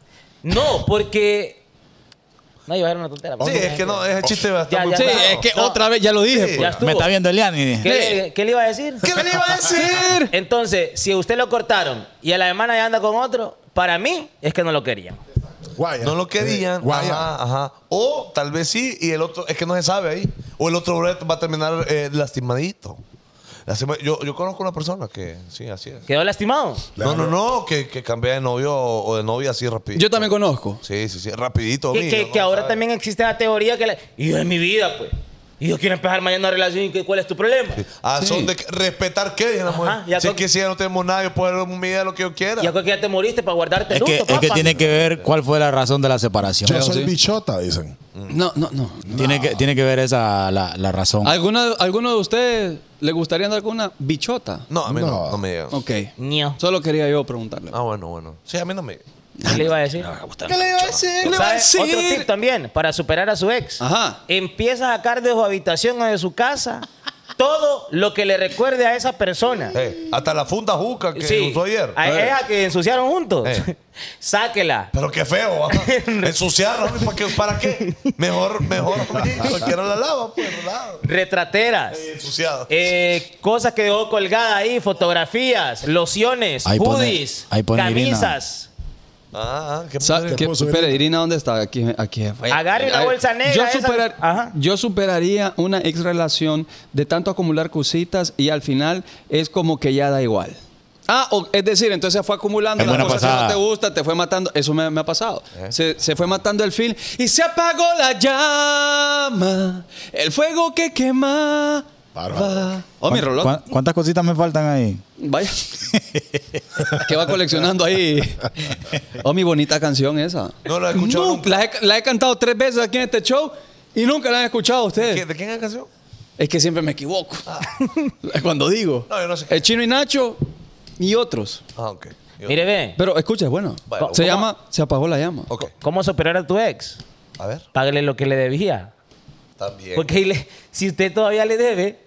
Speaker 6: no, porque... No, iba a ser una tontera.
Speaker 5: Sí,
Speaker 6: pero-
Speaker 5: es que no, es el chiste bastante
Speaker 6: Ya,
Speaker 5: muy
Speaker 2: Sí,
Speaker 6: claro.
Speaker 2: es que
Speaker 6: No.
Speaker 2: otra vez ya lo dije.
Speaker 5: Sí.
Speaker 2: pues.
Speaker 6: Ya estuvo.
Speaker 3: Me está viendo Elian y
Speaker 6: ¿Qué, le- qué le iba a decir?
Speaker 5: ¿Qué le iba a decir?
Speaker 6: Entonces, si a usted lo cortaron y a la semana ya anda con otro, para mí es que no lo querían.
Speaker 4: Guaya.
Speaker 5: No lo Ah. querían.
Speaker 4: Eh, guaya.
Speaker 5: Ajá, ajá. O tal vez sí, y el otro, es que no se sabe ahí. O el otro brother va a terminar eh, lastimadito. Lastima- yo, yo conozco una persona que, sí, así es.
Speaker 6: Quedó lastimado.
Speaker 5: No, no, no, que, que cambia de novio o o de novia así rapidito.
Speaker 2: Yo también conozco.
Speaker 5: Sí, sí, sí, rapidito.
Speaker 6: Que,
Speaker 5: amigo,
Speaker 6: que-
Speaker 5: no
Speaker 6: que ahora
Speaker 5: sabe.
Speaker 6: también existe la teoría que... la- y yo en mi vida, pues. Y yo quiero empezar mañana una relación. ¿y qué- ¿Cuál es tu problema?
Speaker 5: Ah,
Speaker 2: Sí.
Speaker 5: son de que- respetar qué, dice la mujer.
Speaker 6: ya
Speaker 5: Si es
Speaker 6: con-
Speaker 5: que si ya no tenemos nadie, yo puedo hacer mi vida lo que yo quiera.
Speaker 6: Ya creo que ya te moriste para guardarte
Speaker 3: Es
Speaker 6: el luto,
Speaker 3: que, es que
Speaker 6: papá.
Speaker 3: tiene que ver cuál fue la razón de la separación.
Speaker 4: Yo
Speaker 2: Creo,
Speaker 4: soy
Speaker 2: sí.
Speaker 4: bichota, dicen.
Speaker 5: Mm.
Speaker 2: No, no, no.
Speaker 3: Tiene, que, tiene que ver esa la, la razón.
Speaker 2: ¿Alguna, ¿Alguno de ustedes le gustaría andar con una bichota?
Speaker 5: No, a mí no,
Speaker 4: No.
Speaker 5: no me llega.
Speaker 2: Ok.
Speaker 6: Ño.
Speaker 2: Solo quería yo preguntarle.
Speaker 5: Ah, bueno, bueno. Sí, a mí no me llega.
Speaker 6: ¿Qué le iba a decir?
Speaker 2: ¿Qué le iba a decir? ¿Qué le iba a
Speaker 6: ¿Sabe? Otro tip
Speaker 2: decir? también.
Speaker 6: también, para superar a su ex.
Speaker 2: Ajá.
Speaker 6: Empieza a sacar de su habitación o de su casa todo lo que le recuerde a esa persona.
Speaker 5: Eh, hasta la funda juca que
Speaker 6: Sí,
Speaker 5: usó ayer.
Speaker 6: A
Speaker 5: Eh.
Speaker 6: ella que ensuciaron juntos.
Speaker 5: Eh.
Speaker 6: Sáquela.
Speaker 5: Pero qué feo, ¿ah? ensuciarlo, homie, ¿para qué? ¿Para qué? Mejor, mejor, homie, cualquiera la lava, pues, relajado.
Speaker 6: Retrateras.
Speaker 5: Eh, Ensuciado.
Speaker 6: eh, cosas que dejó colgada ahí, fotografías, lociones,
Speaker 3: Ahí pone-
Speaker 6: hoodies,
Speaker 3: ahí pone
Speaker 6: camisas.
Speaker 5: Ah, ah, qué
Speaker 2: ¿Sabe
Speaker 5: padre.
Speaker 2: qué?
Speaker 4: puedo subir
Speaker 2: Espere,
Speaker 4: el-
Speaker 2: Irina, ¿dónde está? Aquí, aquí.
Speaker 6: Agarre una
Speaker 2: Ay,
Speaker 6: bolsa negra,
Speaker 2: Yo,
Speaker 6: esa-
Speaker 2: superar-
Speaker 6: Ajá.
Speaker 2: yo superaría una ex relación de tanto acumular cositas y al final es como que ya da igual. Ah, o- es decir, entonces fue acumulando
Speaker 3: Es
Speaker 2: las
Speaker 3: buena
Speaker 2: cosas
Speaker 3: pasada. Eh.
Speaker 2: que no te gustan, te fue matando. Eso me, me ha pasado. Se, se fue matando el film y se apagó la llama, el fuego que quema.
Speaker 4: Bárbaro.
Speaker 2: Oh, mi
Speaker 3: ¿Cuán-
Speaker 2: reloj.
Speaker 3: cuán- ¿Cuántas cositas me faltan ahí?
Speaker 2: Vaya. que va coleccionando ahí. Oh, mi bonita canción esa.
Speaker 5: No la he escuchado
Speaker 2: Nunca-
Speaker 5: nunca.
Speaker 2: La he, la he cantado tres veces aquí en este show y nunca la han escuchado ustedes.
Speaker 5: ¿Qué- ¿De quién es la canción?
Speaker 2: Es que siempre me equivoco. Cuando digo.
Speaker 5: No, yo no sé qué.
Speaker 2: El chino y Nacho y otros.
Speaker 5: Ah, ok. Yo-
Speaker 6: Mire, ve,
Speaker 2: Pero escucha, es bueno.
Speaker 5: Bueno,
Speaker 2: se
Speaker 5: ¿cómo?
Speaker 2: llama Se apagó la llama.
Speaker 5: Ok.
Speaker 6: ¿cómo superar a tu ex?
Speaker 5: A ver,
Speaker 6: Págale lo que le debía.
Speaker 5: también.
Speaker 6: Porque ahí le- si usted todavía le debe,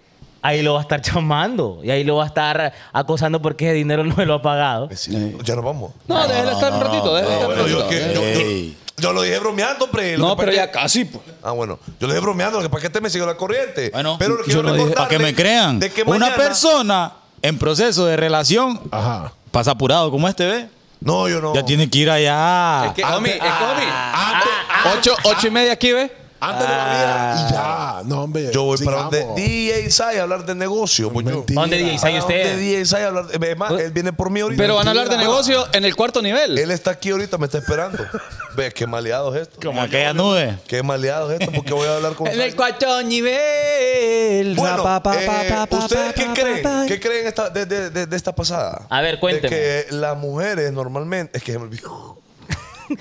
Speaker 6: ahí lo va a estar chamando y ahí lo va a estar acosando porque ese dinero no se lo ha pagado.
Speaker 5: Es cierto. Ya nos vamos.
Speaker 3: Ah,
Speaker 2: No, déjala estar un ratito, déjala
Speaker 5: Ah,
Speaker 2: estar
Speaker 5: bueno,
Speaker 2: un
Speaker 5: yo,
Speaker 2: ratito.
Speaker 5: que- yo- yo-
Speaker 3: Ey.
Speaker 5: yo lo dije bromeando, hombre. Lo
Speaker 2: No,
Speaker 5: que pasa
Speaker 2: pero
Speaker 5: es
Speaker 2: ya
Speaker 5: que-
Speaker 2: casi, pues.
Speaker 5: Ah, bueno. Yo lo dije bromeando, lo que pasa es que este me siguió la corriente.
Speaker 3: Bueno,
Speaker 5: pero
Speaker 3: yo
Speaker 5: quiero
Speaker 2: lo dije.
Speaker 3: Para
Speaker 5: recordarle
Speaker 3: que me crean,
Speaker 5: de que
Speaker 3: una
Speaker 5: mañana-
Speaker 3: persona en proceso de relación
Speaker 4: Ajá.
Speaker 3: pasa apurado como este, ¿ve?
Speaker 5: No, yo no.
Speaker 3: Ya tiene que ir allá.
Speaker 2: Es que, homie, es que, homie, ocho, ocho y media aquí, ¿ves?
Speaker 4: Antes no había. Y ya. No, hombre.
Speaker 5: Ah. Yo voy
Speaker 4: sigamos.
Speaker 5: para donde DJ Sai a hablar de negocio. pues mucho.
Speaker 4: Mentira.
Speaker 6: ¿Dónde dice ahí
Speaker 5: ¿Dónde
Speaker 6: usted?
Speaker 5: DJ Sai a hablar? Es más, él viene por mí ahorita.
Speaker 2: Pero van a hablar de
Speaker 5: Mentira.
Speaker 2: negocio en el cuarto nivel.
Speaker 5: Él está aquí ahorita, me está esperando. Ve, qué maleado es esto.
Speaker 3: como aquella nube.
Speaker 5: Qué maleado es esto, porque voy a hablar con
Speaker 2: En el
Speaker 5: Sai.
Speaker 2: cuarto nivel.
Speaker 5: Bueno,
Speaker 2: Ra, pa, pa, pa,
Speaker 5: eh,
Speaker 2: pa, pa,
Speaker 5: ¿ustedes
Speaker 2: pa,
Speaker 5: qué
Speaker 2: pa,
Speaker 5: creen?
Speaker 2: pa.
Speaker 5: ¿Qué creen esta- de, de- de- de esta pasada?
Speaker 6: A ver, cuénteme.
Speaker 5: De que las mujeres normalmente... Es que se me olvidó.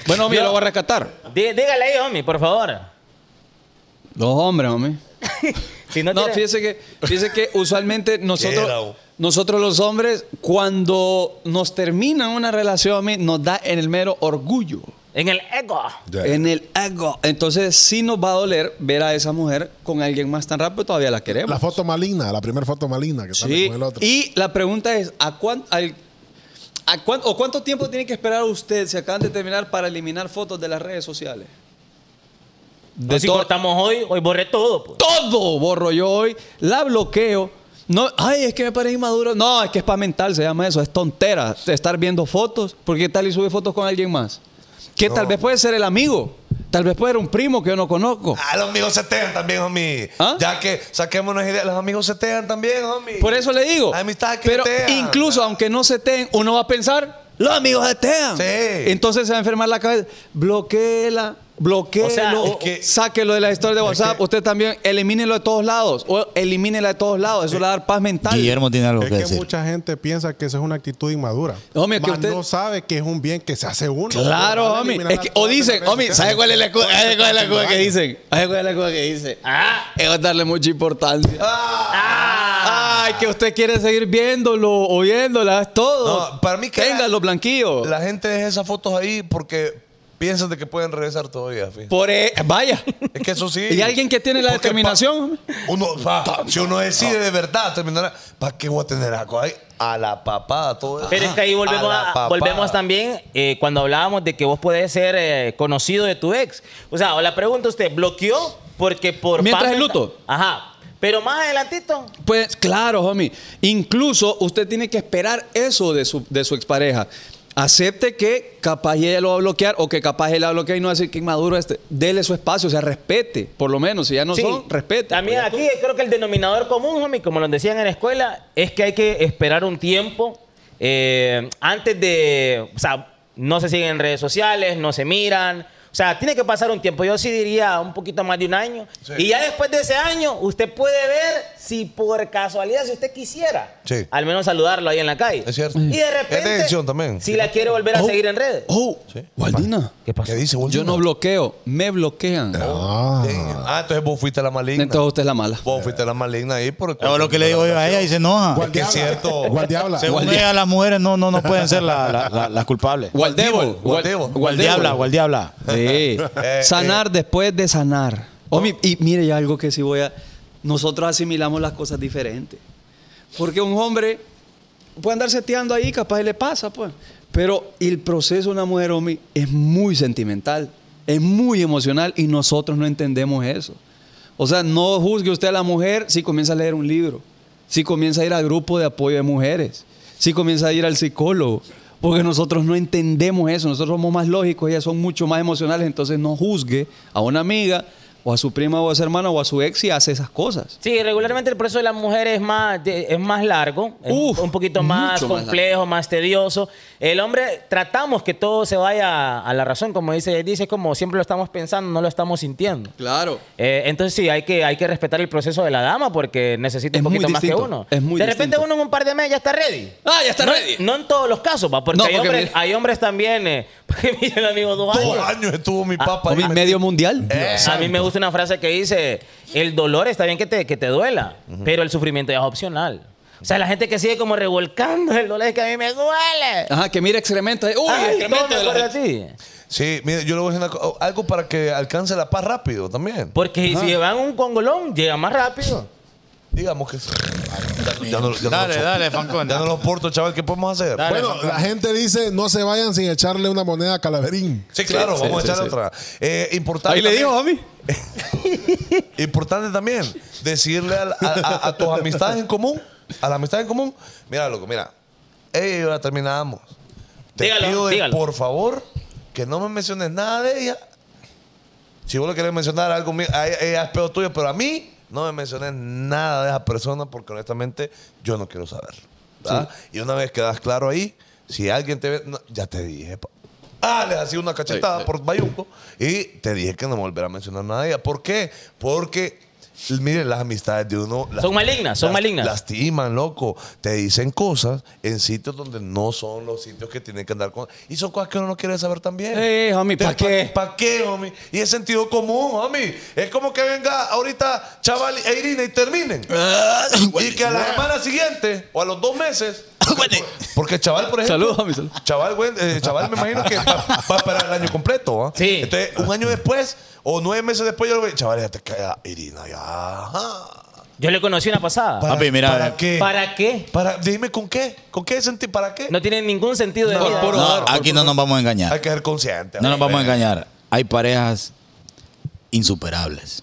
Speaker 2: Bueno, homie, yo lo voy a rescatar.
Speaker 6: Dí- Dígale ahí, homie, por favor.
Speaker 2: Los hombres, homie.
Speaker 6: Si no,
Speaker 2: No,
Speaker 6: tiene-
Speaker 2: fíjese que, fíjese que usualmente
Speaker 5: Era, o-
Speaker 2: nosotros, nosotros los hombres, cuando nos terminan una relación, homie, nos da en el mero orgullo.
Speaker 6: en el ego.
Speaker 4: Ya.
Speaker 2: En el ego. Entonces sí nos va a doler ver a esa mujer con alguien más tan rápido, todavía la queremos.
Speaker 4: La foto maligna, la primera foto maligna que sale
Speaker 2: Sí.
Speaker 4: con el otro.
Speaker 2: Y la pregunta es, ¿a cuán- al- a cuán- o cuánto tiempo tiene que esperar usted si acaban de terminar para eliminar fotos de las redes sociales?
Speaker 6: De si
Speaker 2: to-
Speaker 6: cortamos hoy, hoy borré todo. pues.
Speaker 2: Todo borro yo hoy, la bloqueo. No, ay, es que me parece inmaduro. No, es que es para mental, se llama eso, es tontera estar viendo fotos, porque qué tal y sube fotos con alguien más. Que tal vez puede ser el amigo, tal vez puede ser un primo que yo no conozco.
Speaker 5: Ah, los amigos setean también, homie.
Speaker 2: ¿Ah?
Speaker 5: Ya que saquemos unas ideas, los amigos setean también, homie.
Speaker 2: Por eso le digo.
Speaker 5: Hay amistades que
Speaker 2: Pero
Speaker 5: setean.
Speaker 2: incluso aunque no seteen, uno va a pensar, los amigos setean.
Speaker 5: Sí.
Speaker 2: Entonces se va a enfermar la cabeza. Bloqueela, bloqueelo,
Speaker 6: O sea, es
Speaker 5: que-
Speaker 2: sáquelo de la historia de WhatsApp. Usted también, elimínelo de todos lados. O elimínela de todos lados.
Speaker 5: Eh,
Speaker 2: Eso le va a dar paz mental.
Speaker 3: Guillermo tiene algo
Speaker 7: Es
Speaker 3: que
Speaker 7: que
Speaker 3: decir.
Speaker 7: mucha gente piensa que eso es una actitud inmadura.
Speaker 2: pues, Homie, es que
Speaker 7: Mas
Speaker 2: usted-
Speaker 7: no sabe que es un bien que se hace uno.
Speaker 2: Claro,
Speaker 7: Van a
Speaker 2: homie.
Speaker 7: eliminar
Speaker 2: Es que-
Speaker 7: a todas
Speaker 2: o
Speaker 7: las
Speaker 2: dicen,
Speaker 7: redes
Speaker 2: homie,
Speaker 7: sociales.
Speaker 2: ¿sabe cuál es la excusa? ¿Sabe cuál es la excusa que
Speaker 7: Daño.
Speaker 2: dicen? ¿Sabe cuál es la excusa que dicen?
Speaker 6: Ah,
Speaker 2: Es darle mucha importancia.
Speaker 5: Ah.
Speaker 2: Ay, que usted quiere seguir viéndolo, oyéndola, es todo.
Speaker 5: No, para mí que-
Speaker 2: Téngalo, blanquillo.
Speaker 5: La gente deja esas fotos ahí porque piensan de que pueden regresar todavía, fíjate.
Speaker 2: Por e- vaya.
Speaker 5: Es que eso sí.
Speaker 2: ¿Y alguien que tiene la
Speaker 5: Porque pa-
Speaker 2: determinación?
Speaker 5: Uno, pa- si uno decide de verdad terminar, ¿para qué voy a tener algo ahí? A la papada todo eso.
Speaker 6: Pero es que ahí volvemos,
Speaker 5: la
Speaker 6: a-
Speaker 5: papada.
Speaker 6: volvemos también eh, cuando hablábamos de que vos podés ser eh, conocido de tu ex. O sea, o la pregunta usted, ¿bloqueó? Porque por...
Speaker 2: Mientras
Speaker 6: paz
Speaker 2: el
Speaker 6: mental-
Speaker 2: luto.
Speaker 6: Ajá. Pero más adelantito.
Speaker 2: Pues claro, homie. Incluso usted tiene que esperar eso de su, de su expareja. Acepte que capaz y ella lo va a bloquear o que capaz él la bloquea y no va a decir que inmaduro este. Dele su espacio, o sea, respete, por lo menos. Si ya no
Speaker 6: Sí.
Speaker 2: son, respete.
Speaker 6: También aquí creo que el denominador común, homie, como lo decían en la escuela, es que hay que esperar un tiempo eh, antes de. O sea, no se siguen en redes sociales, no se miran. O sea, tiene que pasar un tiempo. Yo sí diría un poquito más de un año. Y ya después de ese año, usted puede ver si por casualidad, si usted quisiera,
Speaker 5: Sí.
Speaker 6: al menos saludarlo ahí en la calle.
Speaker 5: Es cierto.
Speaker 6: Y de
Speaker 5: Es de
Speaker 6: repente,
Speaker 5: decisión también.
Speaker 6: si la quiere volver a
Speaker 2: Oh.
Speaker 6: seguir en redes.
Speaker 2: Oh, Waldina.
Speaker 6: ¿Qué
Speaker 5: ¿Qué dice?
Speaker 2: Yo no bloqueo, me bloquean.
Speaker 4: Ah.
Speaker 5: Ah, entonces vos fuiste la maligna.
Speaker 2: Entonces usted es la mala.
Speaker 5: vos fuiste la maligna ahí por el-
Speaker 3: Es lo que le digo yo a ella y se enoja.
Speaker 5: Es que es cierto.
Speaker 4: Guardiabla.
Speaker 3: Según ella, las mujeres no, no, no pueden ser la- la- la- las culpables.
Speaker 2: Gualdevil.
Speaker 5: Gualdevil.
Speaker 3: Guardiabla, guardiabla.
Speaker 2: Sí.
Speaker 5: Eh,
Speaker 2: sanar después de sanar. Oh, mi- y mire, ya algo que sí voy a. Nosotros asimilamos las cosas diferentes. Porque un hombre puede andar seteando ahí, capaz le pasa, pues. Pero el proceso de una mujer, homie, es muy sentimental, es muy emocional y nosotros no entendemos eso. O sea, no juzgue usted a la mujer si comienza a leer un libro, si comienza a ir al grupo de apoyo de mujeres, si comienza a ir al psicólogo, porque nosotros no entendemos eso, nosotros somos más lógicos, ellas son mucho más emocionales, entonces no juzgue a una amiga o a su prima o a su hermana o a su ex y hace esas cosas.
Speaker 6: Sí, regularmente el proceso de la mujer es más, de- es más largo, es
Speaker 2: Uf,
Speaker 6: un poquito más
Speaker 2: mucho más
Speaker 6: complejo, más, tedioso. El hombre, tratamos que todo se vaya a la razón, como dice, dice es como siempre lo estamos pensando, no lo estamos sintiendo.
Speaker 2: Claro.
Speaker 6: Eh, entonces sí, hay que, hay que respetar el proceso de la dama porque necesita un
Speaker 2: Es muy
Speaker 6: poquito más que
Speaker 2: distinto,
Speaker 6: uno.
Speaker 2: es muy
Speaker 6: de repente
Speaker 2: distinto.
Speaker 6: uno en un par de meses ya está ready.
Speaker 2: Ah, ya está
Speaker 6: No-
Speaker 2: ready.
Speaker 6: No en todos los casos, va, porque,
Speaker 2: No,
Speaker 6: hay,
Speaker 2: porque
Speaker 6: hombres,
Speaker 2: mira-
Speaker 6: hay hombres también, eh, porque miren amigo, dos
Speaker 5: Dos
Speaker 6: años.
Speaker 5: años estuvo mi
Speaker 6: Ah,
Speaker 5: papá.
Speaker 2: O mi medio mundial.
Speaker 6: A mí me gusta una frase que dice, el dolor está bien que te, que te duela, pero el sufrimiento es opcional. O sea, la gente que sigue como revolcando el dolor es que a mí me duele.
Speaker 2: Ajá, que mira excremento. Ah, Uy,
Speaker 6: Ay, no,
Speaker 2: excremento
Speaker 6: me
Speaker 2: de la-
Speaker 6: acuerdo así.
Speaker 5: Sí, mire, yo le voy a decir una co- oh, algo para que alcance la paz rápido también.
Speaker 6: Porque si llevan un congolón, llega más rápido.
Speaker 5: Digamos que. Ya, no, ya no
Speaker 3: Dale,
Speaker 5: lo so-
Speaker 3: dale, Fancón.
Speaker 5: Ya no lo porto, chaval. ¿Qué podemos hacer?
Speaker 3: Dale.
Speaker 4: Bueno, la gente dice no se vayan sin echarle una moneda a Calaverín.
Speaker 5: Sí, claro,
Speaker 2: Sí,
Speaker 5: vamos
Speaker 2: sí,
Speaker 5: a
Speaker 2: sí,
Speaker 5: echarle
Speaker 2: sí.
Speaker 5: otra. Eh, importante.
Speaker 2: Ahí le
Speaker 5: también-
Speaker 2: digo, mí.
Speaker 5: Importante también decirle a, a- a- a tus amistades en común, a la amistad en común, mira, loco, mira, ella y yo la terminamos. Te
Speaker 6: Dígalo,
Speaker 5: pido de,
Speaker 6: dígalo.
Speaker 5: por favor que no me menciones nada de ella. Si vos le querés mencionar algo mío, a ella, ella es peor tuyo, pero a mí no me menciones nada de esa persona porque honestamente yo no quiero saber. ¿verdad? Y una vez quedas claro ahí, si alguien te ve, no, ya te dije, pa- Ah, le hacía una cachetada por Bayunco y te dije que no me volverá a mencionar nada de ella. ¿Por qué? Porque, mire, las amistades de uno. las-
Speaker 6: Son malignas, son
Speaker 5: las-
Speaker 6: malignas.
Speaker 5: Lastiman, loco. Te dicen cosas en sitios donde no son los sitios que tienen que andar con. Y son cosas que uno no quiere saber también.
Speaker 2: Eh, homie, ¿pa' qué?
Speaker 5: ¿Para qué, homie? Y es sentido común, homie. Es como que venga ahorita chaval e Irina y terminen. y que a la semana siguiente o a los dos meses. Porque chaval, por ejemplo.
Speaker 2: Saludos, homie, saludos.
Speaker 5: Chaval, güey, eh, chaval, me imagino que va, va para el año completo, ¿va?
Speaker 6: Sí.
Speaker 5: Entonces, un año después o nueve meses después, yo le voy, chaval, ya te queda Irina, ya. ajá.
Speaker 6: Yo le conocí una pasada.
Speaker 5: ¿Para,
Speaker 3: Papi, mira,
Speaker 5: ¿para
Speaker 3: eh.
Speaker 5: qué?
Speaker 6: ¿Para qué?
Speaker 5: Para- dime con qué. ¿Con qué sentí? ¿Para qué?
Speaker 6: No tiene ningún sentido de
Speaker 5: No,
Speaker 6: vida.
Speaker 5: por-
Speaker 3: No,
Speaker 2: ah,
Speaker 3: aquí no nos vamos a
Speaker 5: Hay
Speaker 3: engañar.
Speaker 5: que ser consciente.
Speaker 3: No nos vamos a
Speaker 5: hombre.
Speaker 3: engañar. Hay parejas insuperables.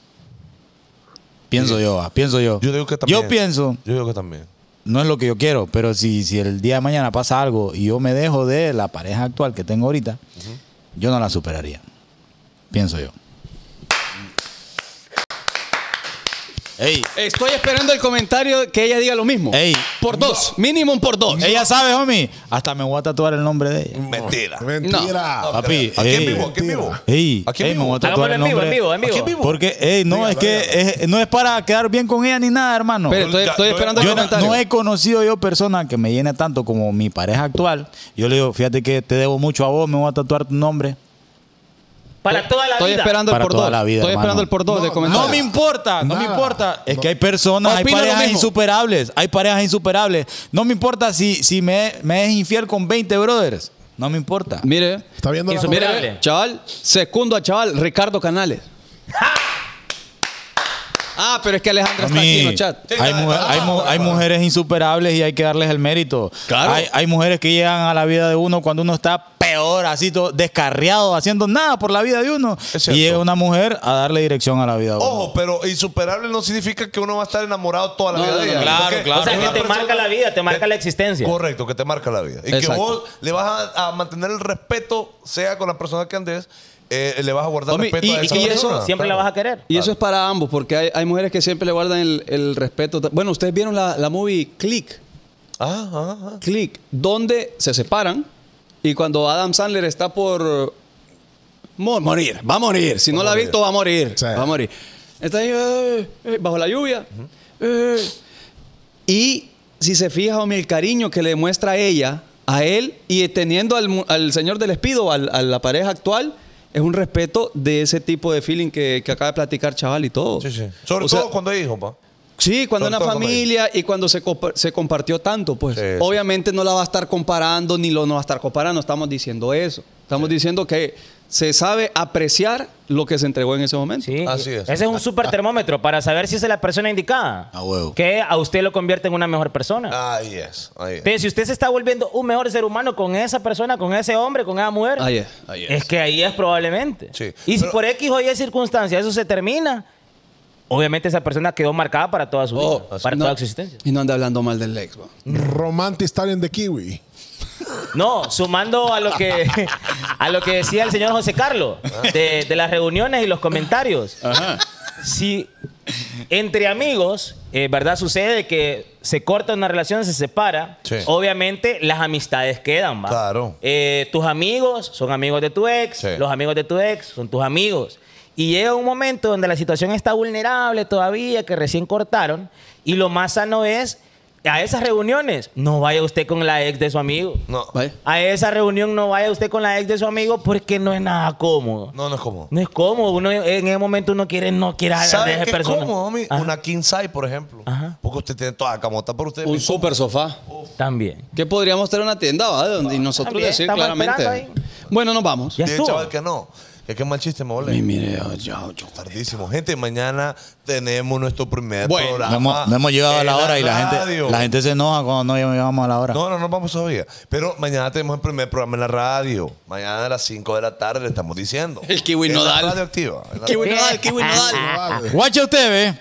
Speaker 3: Pienso yo, ah, pienso yo.
Speaker 5: Yo digo que también.
Speaker 3: Yo pienso,
Speaker 5: Yo digo que también.
Speaker 3: no es lo que yo quiero, pero si, si el día de mañana pasa algo y yo me dejo de la pareja actual que tengo ahorita, yo no la superaría. Pienso yo. Ey,
Speaker 2: Estoy esperando el comentario que ella diga lo mismo.
Speaker 3: Ey.
Speaker 2: por dos, mínimo por dos.
Speaker 3: ella sabe, homie. Hasta me voy a tatuar el nombre de ella.
Speaker 5: Mentira.
Speaker 4: Mentira.
Speaker 5: No,
Speaker 3: Papi,
Speaker 5: espera, Ah, aquí en
Speaker 3: ey.
Speaker 5: vivo, aquí en vivo.
Speaker 3: Ey,
Speaker 5: Aquí
Speaker 3: ey,
Speaker 5: mismo.
Speaker 3: me voy a tatuar
Speaker 6: Hagámoslo
Speaker 3: el
Speaker 6: en vivo,
Speaker 3: nombre.
Speaker 6: en vivo, en vivo.
Speaker 3: Porque, ey, no,
Speaker 4: Dígalo,
Speaker 3: es que es- no es para quedar bien con ella ni nada, hermano.
Speaker 2: Pero estoy,
Speaker 5: Ya,
Speaker 2: estoy
Speaker 5: no,
Speaker 2: esperando el
Speaker 3: yo no,
Speaker 2: comentario.
Speaker 3: no he conocido yo persona que me llene tanto como mi pareja actual. Yo le digo, fíjate que te debo mucho a vos, me voy a tatuar tu nombre.
Speaker 6: Para toda la
Speaker 2: estoy
Speaker 6: vida.
Speaker 2: esperando el
Speaker 3: Para
Speaker 2: por
Speaker 3: toda
Speaker 2: dos.
Speaker 3: la vida,
Speaker 2: estoy
Speaker 3: hermano.
Speaker 2: esperando el por dos de comentario.
Speaker 3: No me importa, no me
Speaker 4: Nada.
Speaker 3: importa. Es que hay personas, hay
Speaker 2: Opino lo
Speaker 3: parejas
Speaker 2: mismo.
Speaker 3: insuperables, hay parejas insuperables. No me importa si, si me, me es infiel con 20 brothers. No me importa.
Speaker 2: Mire,
Speaker 4: Está viendo la
Speaker 6: Insuperable.
Speaker 4: moneda?
Speaker 2: mire, chaval, secundo a chaval, Ricardo Canales. ah, pero es que Alejandra está aquí en
Speaker 3: Mí,
Speaker 2: el chat.
Speaker 3: hay, mu- hay mu- hay mujeres insuperables y hay que darles el mérito.
Speaker 2: Claro.
Speaker 3: Hay, hay mujeres que llegan a la vida de uno cuando uno está peor, así todo descarriado, haciendo nada por la vida de uno.
Speaker 5: Es cierto.
Speaker 3: Y llega una mujer a darle dirección a la vida de uno.
Speaker 5: Ojo, pero insuperable no significa que uno va a estar enamorado toda la
Speaker 2: No,
Speaker 5: vida
Speaker 2: no,
Speaker 5: de
Speaker 2: no,
Speaker 5: ella.
Speaker 2: no.
Speaker 3: Claro,
Speaker 5: Porque
Speaker 3: claro.
Speaker 6: O sea,
Speaker 5: es
Speaker 6: que
Speaker 5: una
Speaker 6: te
Speaker 5: persona-
Speaker 6: marca la vida, te marca la existencia.
Speaker 5: Correcto, que te marca la vida. Y que
Speaker 2: Exacto.
Speaker 5: vos le vas a, a mantener el respeto, sea con la persona que andes, eh, le vas a guardar
Speaker 2: Homie,
Speaker 5: respeto
Speaker 2: y-
Speaker 5: a esa
Speaker 2: y eso
Speaker 5: persona.
Speaker 6: Siempre la
Speaker 5: Ah, Claro.
Speaker 6: vas a querer.
Speaker 2: Y eso es para ambos, porque hay, hay mujeres que siempre le guardan el, el respeto. Bueno, ustedes vieron la, la movie Click,
Speaker 5: Ah, ah, ah.
Speaker 2: Click, donde se separan y cuando Adam Sandler está por mo- morir, va a morir. Si no la ha visto, va a morir.
Speaker 4: Sí.
Speaker 2: Va a morir. Está ahí, eh, eh, bajo la lluvia. eh. y si se fija, homie, el cariño que le muestra ella a él y teniendo al, mu- al señor del espido, al- a la pareja actual. Es un respeto de ese tipo de feeling que, que acaba de platicar chaval y todo.
Speaker 5: Sí, sí. Sobre
Speaker 2: O sea,
Speaker 5: todo cuando hay hijos, pa.
Speaker 2: Sí, cuando
Speaker 5: Todo-
Speaker 2: una
Speaker 5: todo como
Speaker 2: familia y cuando se, compa- se compartió tanto, pues
Speaker 5: Sí, sí.
Speaker 2: obviamente no la va a estar comparando ni lo no va a estar comparando, estamos diciendo eso. Estamos diciendo que se sabe apreciar lo que se entregó en ese momento.
Speaker 6: Sí.
Speaker 5: Así es.
Speaker 6: Ese es un super termómetro para saber si esa es la persona indicada.
Speaker 2: Ah,
Speaker 3: A huevo.
Speaker 6: Que a usted lo convierte en una mejor persona.
Speaker 5: Ahí es, ahí es.
Speaker 6: Entonces, si usted se está volviendo un mejor ser humano con esa persona, con ese hombre, con esa mujer,
Speaker 2: Ahí es, ahí es.
Speaker 6: que ahí es probablemente.
Speaker 5: Sí,
Speaker 6: y si
Speaker 5: pero-
Speaker 6: por X o Y circunstancia eso se termina, obviamente esa persona quedó marcada para toda su
Speaker 2: Oh,
Speaker 6: vida, para
Speaker 2: no-
Speaker 6: toda su existencia.
Speaker 2: Y no anda hablando mal del ex. bo.
Speaker 4: Romantic Star en the Kiwi.
Speaker 6: No, sumando a lo que a lo que decía el señor José Carlos de, de las reuniones y los comentarios. si entre amigos, eh, ¿verdad? Sucede que se corta una relación, se separa.
Speaker 5: Sí.
Speaker 6: Obviamente las amistades quedan, ¿va?
Speaker 5: Claro.
Speaker 6: Eh, tus amigos son amigos de tu ex,
Speaker 5: Sí.
Speaker 6: los amigos de tu ex son tus amigos. Y llega un momento donde la situación está vulnerable todavía, que recién cortaron, y lo más sano es a esas reuniones, no vaya usted con la ex de su amigo.
Speaker 5: No.
Speaker 2: Vaya.
Speaker 6: A esa reunión no vaya usted con la ex de su amigo porque no es nada cómodo.
Speaker 5: No, no es como.
Speaker 6: No es cómodo. Uno en ese momento uno quiere, no quiere hablar de
Speaker 5: ¿Sabes
Speaker 6: esa
Speaker 5: qué
Speaker 6: persona.
Speaker 5: es cómodo, homie?
Speaker 6: Ajá,
Speaker 5: Una king size, por ejemplo.
Speaker 6: Ajá.
Speaker 5: Porque usted tiene toda la camota por usted.
Speaker 2: Un
Speaker 5: mismo.
Speaker 2: super sofá.
Speaker 6: También.
Speaker 2: Que podríamos tener una tienda, ¿va? De donde y nosotros
Speaker 6: también,
Speaker 2: decir
Speaker 6: estamos
Speaker 2: claramente.
Speaker 6: esperando
Speaker 2: Bueno, nos vamos.
Speaker 6: Ya
Speaker 5: Dice el
Speaker 6: estuvo.
Speaker 5: chaval que no. Que qué mal chiste me volé.
Speaker 2: Mi- mire, ya, ya, yo-
Speaker 5: Tardísimo. Gente, mañana tenemos nuestro primer
Speaker 2: Bueno,
Speaker 5: programa.
Speaker 3: No Este hemos, no hemos llegado a
Speaker 5: en
Speaker 3: la hora y la gente,
Speaker 5: radio.
Speaker 3: la gente se enoja cuando no llegamos a la hora.
Speaker 5: No, no, no vamos todavía. Pero mañana tenemos el primer programa en la radio. Mañana a las 5 de la tarde le estamos diciendo.
Speaker 2: El kiwi
Speaker 5: En la
Speaker 2: nodal.
Speaker 5: radio activa. En la-
Speaker 2: Qué bueno, dale, qué bueno, dale.
Speaker 6: Ah,
Speaker 3: Guacha usted, ve.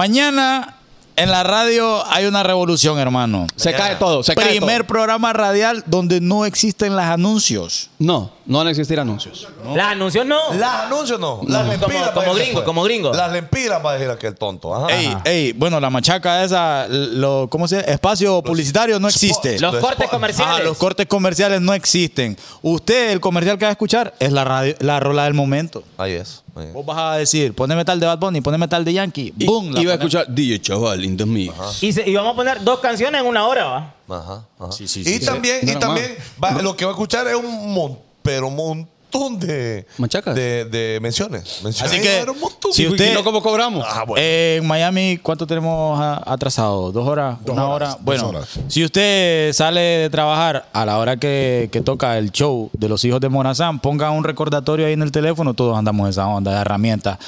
Speaker 3: Mañana en la radio hay una revolución, hermano.
Speaker 2: Se
Speaker 5: Mañana.
Speaker 2: cae todo, se cae
Speaker 3: Primer
Speaker 2: todo.
Speaker 3: programa radial donde no existen los anuncios.
Speaker 2: No, no van a existir anuncios.
Speaker 6: Las anuncios no.
Speaker 5: Las anuncios no. Las
Speaker 6: Como-
Speaker 5: lempiras.
Speaker 6: como
Speaker 5: va a decir
Speaker 6: gringo,
Speaker 5: aquel.
Speaker 6: como gringo.
Speaker 5: Las lempiras va a decir aquel tonto. Ajá.
Speaker 3: Ey, ey, bueno, la machaca esa, lo, ¿cómo se dice? Espacio publicitario no existe.
Speaker 6: los
Speaker 5: pues, los
Speaker 6: cortes
Speaker 5: spot-
Speaker 6: comerciales.
Speaker 3: Ah, los cortes comerciales no existen. Usted, el comercial que va a escuchar, es la, radio- la rola del momento.
Speaker 5: Ahí es. ahí es.
Speaker 3: Vos vas a decir, poneme tal de Bad Bunny, poneme tal de Yankee.
Speaker 2: Y-
Speaker 3: Boom, la
Speaker 2: Iba a
Speaker 3: ponemos.
Speaker 2: escuchar DJ Chaval in the Mix.
Speaker 6: y, se- y vamos a poner dos canciones en una hora, ¿va?
Speaker 5: Ajá, ajá.
Speaker 3: Sí, sí,
Speaker 5: y
Speaker 3: sí.
Speaker 5: también,
Speaker 2: No,
Speaker 5: y
Speaker 2: no,
Speaker 5: también va- lo que va a escuchar es un mon- pero montón de,
Speaker 2: Machacas.
Speaker 5: de, de menciones. Menciones.
Speaker 3: Así que,
Speaker 5: Pero un montón.
Speaker 3: si
Speaker 2: ¿Y
Speaker 3: usted-
Speaker 2: no cómo cobramos?
Speaker 5: Ah, bueno.
Speaker 3: Eh, en Miami, ¿cuánto tenemos a- atrasado? ¿Dos horas?
Speaker 4: Dos
Speaker 3: ¿Una hora?
Speaker 4: horas, dos
Speaker 3: Bueno,
Speaker 4: horas.
Speaker 3: si usted sale de trabajar a la hora que, que toca el show de los hijos de Morazán, ponga un recordatorio ahí en el teléfono. Todos andamos en esa onda de herramientas.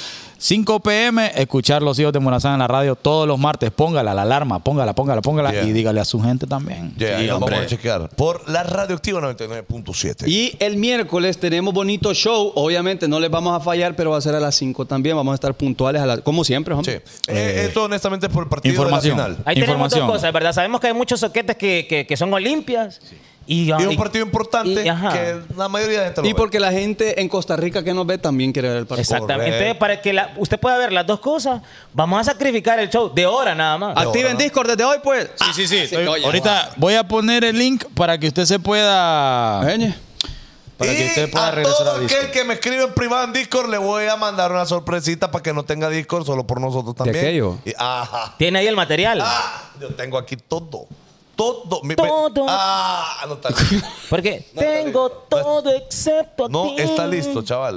Speaker 3: 5 pm, escuchar los hijos de Morazán en la radio todos los martes. Póngala la alarma, póngala, póngala, póngala.
Speaker 5: Yeah.
Speaker 3: Y dígale a su gente también.
Speaker 5: Ya,
Speaker 2: sí,
Speaker 5: ya vamos
Speaker 2: hombre.
Speaker 5: a chequear. Por la radioactiva 99.7.
Speaker 2: Y el miércoles tenemos bonito show. Obviamente no les vamos a fallar, pero va a ser a las 5 también. Vamos a estar puntuales, a la- como siempre,
Speaker 5: Sí.
Speaker 2: hombre.
Speaker 5: Eh, esto honestamente es por el partido
Speaker 3: información.
Speaker 5: de la final.
Speaker 6: Ahí tenemos dos
Speaker 3: Información.
Speaker 6: cosas, ¿verdad? Sabemos que hay muchos soquetes que, que- que son olimpias. Y,
Speaker 5: Y es
Speaker 6: Ah, y-
Speaker 5: un partido importante
Speaker 6: y- ajá.
Speaker 5: que la mayoría de gente lo
Speaker 2: Y
Speaker 5: ve.
Speaker 2: porque la gente en Costa Rica que nos ve también quiere ver el partido.
Speaker 6: Exactamente.
Speaker 5: Correcto.
Speaker 6: Entonces, para que la- usted pueda ver las dos cosas, vamos a sacrificar el show de hora nada
Speaker 5: Ah.
Speaker 6: más.
Speaker 2: Activen Discord desde hoy, pues. Sí, sí, sí.
Speaker 3: Ahorita voy a poner el link para que usted se pueda...
Speaker 2: Ah,
Speaker 3: Para
Speaker 5: y
Speaker 3: que usted pueda
Speaker 5: a
Speaker 3: regresar
Speaker 5: todo
Speaker 3: a Discord.
Speaker 5: aquel que me escribe en privado en Discord le voy a mandar una sorpresita para que no tenga Discord solo por nosotros también.
Speaker 2: aquello?
Speaker 5: Y- ajá.
Speaker 6: Tiene ahí el material.
Speaker 5: Ah, yo tengo aquí todo. Todo. Mi-
Speaker 6: Todo.
Speaker 5: Ah, no está
Speaker 6: Porque
Speaker 5: No, está
Speaker 6: tengo
Speaker 5: listo.
Speaker 6: todo excepto a
Speaker 5: No
Speaker 6: ti.
Speaker 5: está listo, chaval.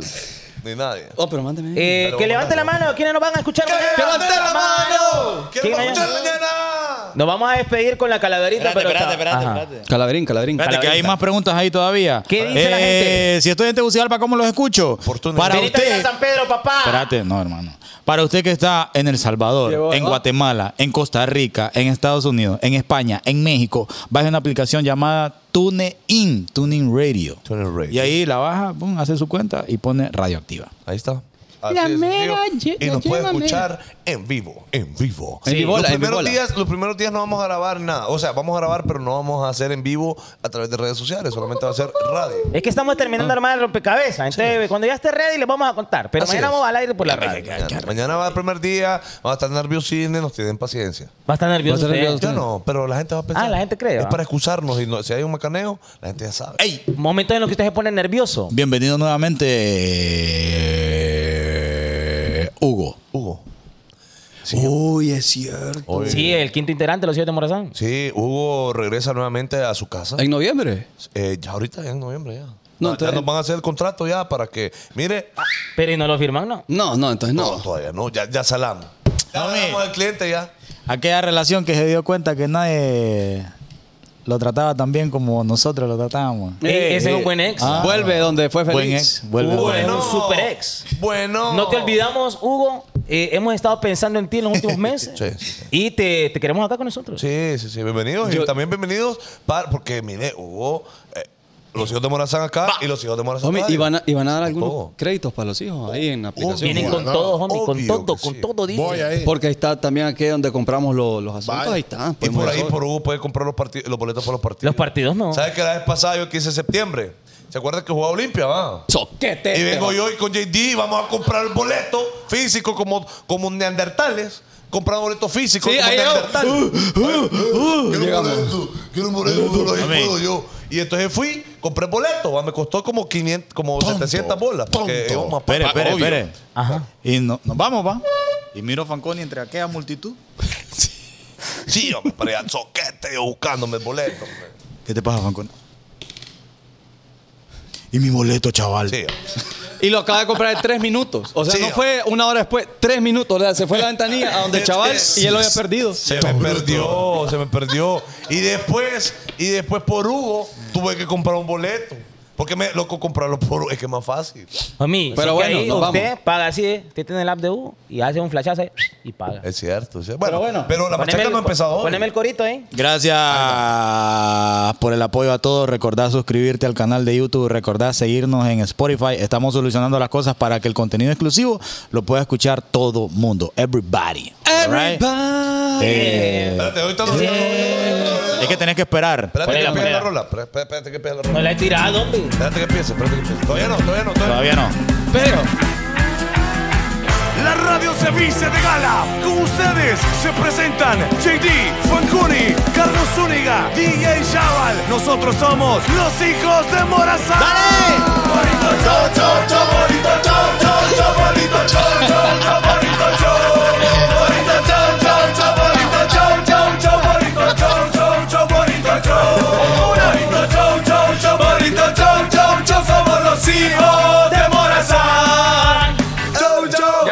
Speaker 5: Ni nadie.
Speaker 2: Oh, pero mándeme.
Speaker 6: Eh,
Speaker 5: Pero
Speaker 6: que
Speaker 5: vamos
Speaker 6: levante
Speaker 5: a
Speaker 6: la
Speaker 5: darle.
Speaker 6: mano. ¿Quiénes nos van a escuchar mañana?
Speaker 5: ¡Que levante la mano! ¡Que
Speaker 6: ¿Quién
Speaker 5: nos va a
Speaker 6: mañana?
Speaker 5: escuchar mañana!
Speaker 6: Nos vamos a despedir con la calaverita. pero está- Ajá.
Speaker 2: Calaverín, Calaverín.
Speaker 3: Espérate, que hay más preguntas ahí todavía. Eh,
Speaker 6: ¿Qué dice la gente?
Speaker 3: Si estoy en Tegucigalpa, ¿cómo los escucho?
Speaker 5: Oportuno.
Speaker 3: Para
Speaker 6: Venite a
Speaker 3: usted.
Speaker 6: San Pedro, papá.
Speaker 3: Espérate, no, hermano. Para usted que está en El Salvador,
Speaker 2: Llevo-
Speaker 3: en
Speaker 2: ah.
Speaker 3: Guatemala, en Costa Rica, en Estados Unidos, en España, en México, baje una aplicación llamada TuneIn, TuneIn Radio.
Speaker 5: TuneIn Radio.
Speaker 3: Y ahí la baja, pum, hace su cuenta y pone radioactiva.
Speaker 5: Ahí está. Así de sencillo. y nos puede escuchar en vivo, en vivo.
Speaker 2: En vivola,
Speaker 5: los,
Speaker 2: en
Speaker 5: primeros
Speaker 2: vivola.
Speaker 5: días, los primeros días no vamos a grabar nada. O sea, vamos a grabar, pero no vamos a hacer en vivo a través de redes sociales. Solamente va a ser radio.
Speaker 6: Es que estamos terminando de armar el rompecabezas. Entonces, cuando ya esté ready, les vamos a contar. Pero
Speaker 5: Ah. Así
Speaker 6: mañana
Speaker 5: es.
Speaker 6: vamos al aire por la radio.
Speaker 5: Mañana, mañana va el primer día, vamos a estar nerviosines, nos tienen paciencia.
Speaker 6: Va a estar nervioso.
Speaker 2: Va a estar
Speaker 6: usted. ¿eh?
Speaker 2: nervioso.
Speaker 5: Yo no, pero la gente va a pensar.
Speaker 6: Ah, la gente cree,
Speaker 5: Es
Speaker 6: ¿va?
Speaker 5: para excusarnos y no- si hay un macaneo, la gente ya sabe.
Speaker 3: ¡Ey!
Speaker 6: Momentos en los que usted se pone nervioso.
Speaker 3: Bienvenido nuevamente, eh, Hugo.
Speaker 5: Hugo.
Speaker 2: Uy, es cierto.
Speaker 5: Oye.
Speaker 6: Sí, el quinto integrante de los siete de Morazán.
Speaker 5: Sí, Hugo regresa nuevamente a su casa.
Speaker 2: ¿En noviembre?
Speaker 5: Eh, ya ahorita, ya en noviembre, ya.
Speaker 2: No,
Speaker 5: No, ya
Speaker 2: entonces-
Speaker 5: nos van a hacer el contrato ya para que. Mire,
Speaker 6: Pero y no lo firman, ¿no?
Speaker 2: No, no, entonces
Speaker 5: no,
Speaker 2: no.
Speaker 5: todavía no, ya, ya salamos. Ya
Speaker 3: Mami.
Speaker 5: salamos al cliente ya.
Speaker 3: Aquella relación que se dio cuenta que nadie lo trataba tan bien como nosotros lo tratábamos.
Speaker 6: Ey, ese
Speaker 2: Eh,
Speaker 6: es un buen ex.
Speaker 3: Ah.
Speaker 2: Vuelve donde fue feliz.
Speaker 3: Buen ex, vuelve.
Speaker 6: Bueno.
Speaker 3: Bueno.
Speaker 6: un super ex.
Speaker 5: Bueno.
Speaker 6: No te olvidamos, Hugo. eh, hemos estado pensando en ti en los últimos meses.
Speaker 5: Sí, sí, sí.
Speaker 6: Y te, te queremos acá con nosotros.
Speaker 5: Sí, sí, sí, bienvenidos.
Speaker 2: Yo-
Speaker 5: y también bienvenidos para. Porque, mire, Hugo, eh, los hijos de Morazán acá y los hijos de Morazán.
Speaker 2: Homie,
Speaker 5: Radio.
Speaker 2: y van a, y van a dar algunos
Speaker 5: Todo.
Speaker 2: créditos para los hijos ahí en la aplicación.
Speaker 6: Vienen
Speaker 4: Bueno,
Speaker 6: con todo, homie, con
Speaker 5: obvio
Speaker 6: todo,
Speaker 5: que
Speaker 6: con
Speaker 5: sí.
Speaker 6: todo, dice.
Speaker 4: Voy ahí.
Speaker 2: Porque ahí está también aquí donde compramos lo- los asuntos.
Speaker 4: Vaya.
Speaker 2: Ahí está.
Speaker 5: Y por ahí,
Speaker 2: podemos-
Speaker 5: por Hugo, puede comprar los, partid- los boletos para los partidos.
Speaker 6: Los partidos no.
Speaker 5: ¿Sabes que la vez pasada yo quise septiembre? ¿Se acuerda que jugaba Olimpia, va?
Speaker 2: Soquete.
Speaker 5: Y vengo
Speaker 2: te
Speaker 5: yo y con JD y vamos a comprar el boleto físico como, como neandertales. Comprar boleto físico
Speaker 2: Sí,
Speaker 5: como
Speaker 2: ahí llegó.
Speaker 5: neandertales. Quiero un
Speaker 2: llegamos.
Speaker 5: boleto, quiero un boleto, ahí puedo yo. Y entonces fui, compré boleto, va, me costó como 500, como 700 bolas. Porque
Speaker 4: tonto.
Speaker 5: íbamos a
Speaker 3: Espere,
Speaker 5: Papa,
Speaker 3: espere,
Speaker 5: obvio.
Speaker 3: espere.
Speaker 6: Ajá.
Speaker 3: Y no- nos vamos, va. Y miro Fanconi entre aquella multitud.
Speaker 5: Sí, hombre, pero ya soquete yo buscándome el boleto. hombre.
Speaker 3: ¿Qué te pasa, Fanconi? Y mi boleto, chaval.
Speaker 5: Sí, hombre.
Speaker 2: Y lo acaba de comprar en tres minutos. O sea,
Speaker 5: Sí.
Speaker 2: no fue una hora después, tres minutos. O sea, se fue a la ventanilla a donde el chaval y él lo había perdido.
Speaker 5: Se me perdió, se me perdió. Y después, y después por Hugo, tuve que comprar un boleto. Porque me, loco, comprarlo por Hugo es que es más fácil.
Speaker 6: Mami,
Speaker 2: Pero
Speaker 6: pero
Speaker 2: bueno,
Speaker 6: ahí
Speaker 2: nos
Speaker 6: usted
Speaker 2: vamos.
Speaker 6: paga así, ¿eh? usted tiene el app de U y hace un flashazo ahí, y paga.
Speaker 5: Es cierto. es cierto. Bueno, pero,
Speaker 2: bueno.
Speaker 5: la machaca no ha empezado hoy.
Speaker 6: Poneme el corito, ¿eh?
Speaker 3: Gracias por el apoyo a todos. Recordá suscribirte al canal de YouTube. Recordá seguirnos en Spotify. Estamos solucionando las cosas para que el contenido exclusivo lo pueda escuchar todo mundo. Everybody. Alright?
Speaker 2: Everybody.
Speaker 3: Eh,
Speaker 5: Espérate, ahorita no. Espérate
Speaker 3: es que tenés que esperar.
Speaker 5: que
Speaker 6: Ponela,
Speaker 5: empiece la
Speaker 6: ponela.
Speaker 5: rola. espera- espera- Espérate que empiece la
Speaker 6: No
Speaker 5: rola.
Speaker 6: la he tirado, hombre.
Speaker 5: Espérate que empiece, espérate que empiece. Todavía no, todavía no, todavía no.
Speaker 3: Todavía no.
Speaker 2: Pero.
Speaker 1: La radio se viste de gala. Con ustedes se presentan JD, Fancuni, Carlos Zúñiga, DJ Chaval. Nosotros somos los hijos de Morazán. ¡Dale!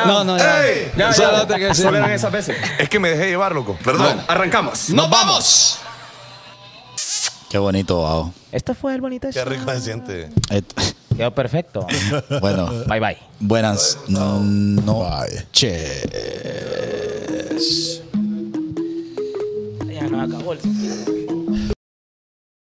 Speaker 2: No, no, ya. Ya, ya, no te quedes.
Speaker 8: Solo eran esas veces.
Speaker 5: Es que me dejé llevar, loco. Perdón.
Speaker 8: Arrancamos.
Speaker 2: ¡Nos vamos!
Speaker 3: Qué bonito, Bao.
Speaker 6: Este fue el bonito
Speaker 5: Qué
Speaker 6: show.
Speaker 5: rico se siente.
Speaker 3: Et-
Speaker 6: Quedó perfecto.
Speaker 3: Bueno,
Speaker 6: bye, bye.
Speaker 3: buenas noches.
Speaker 6: Ya no acabó el...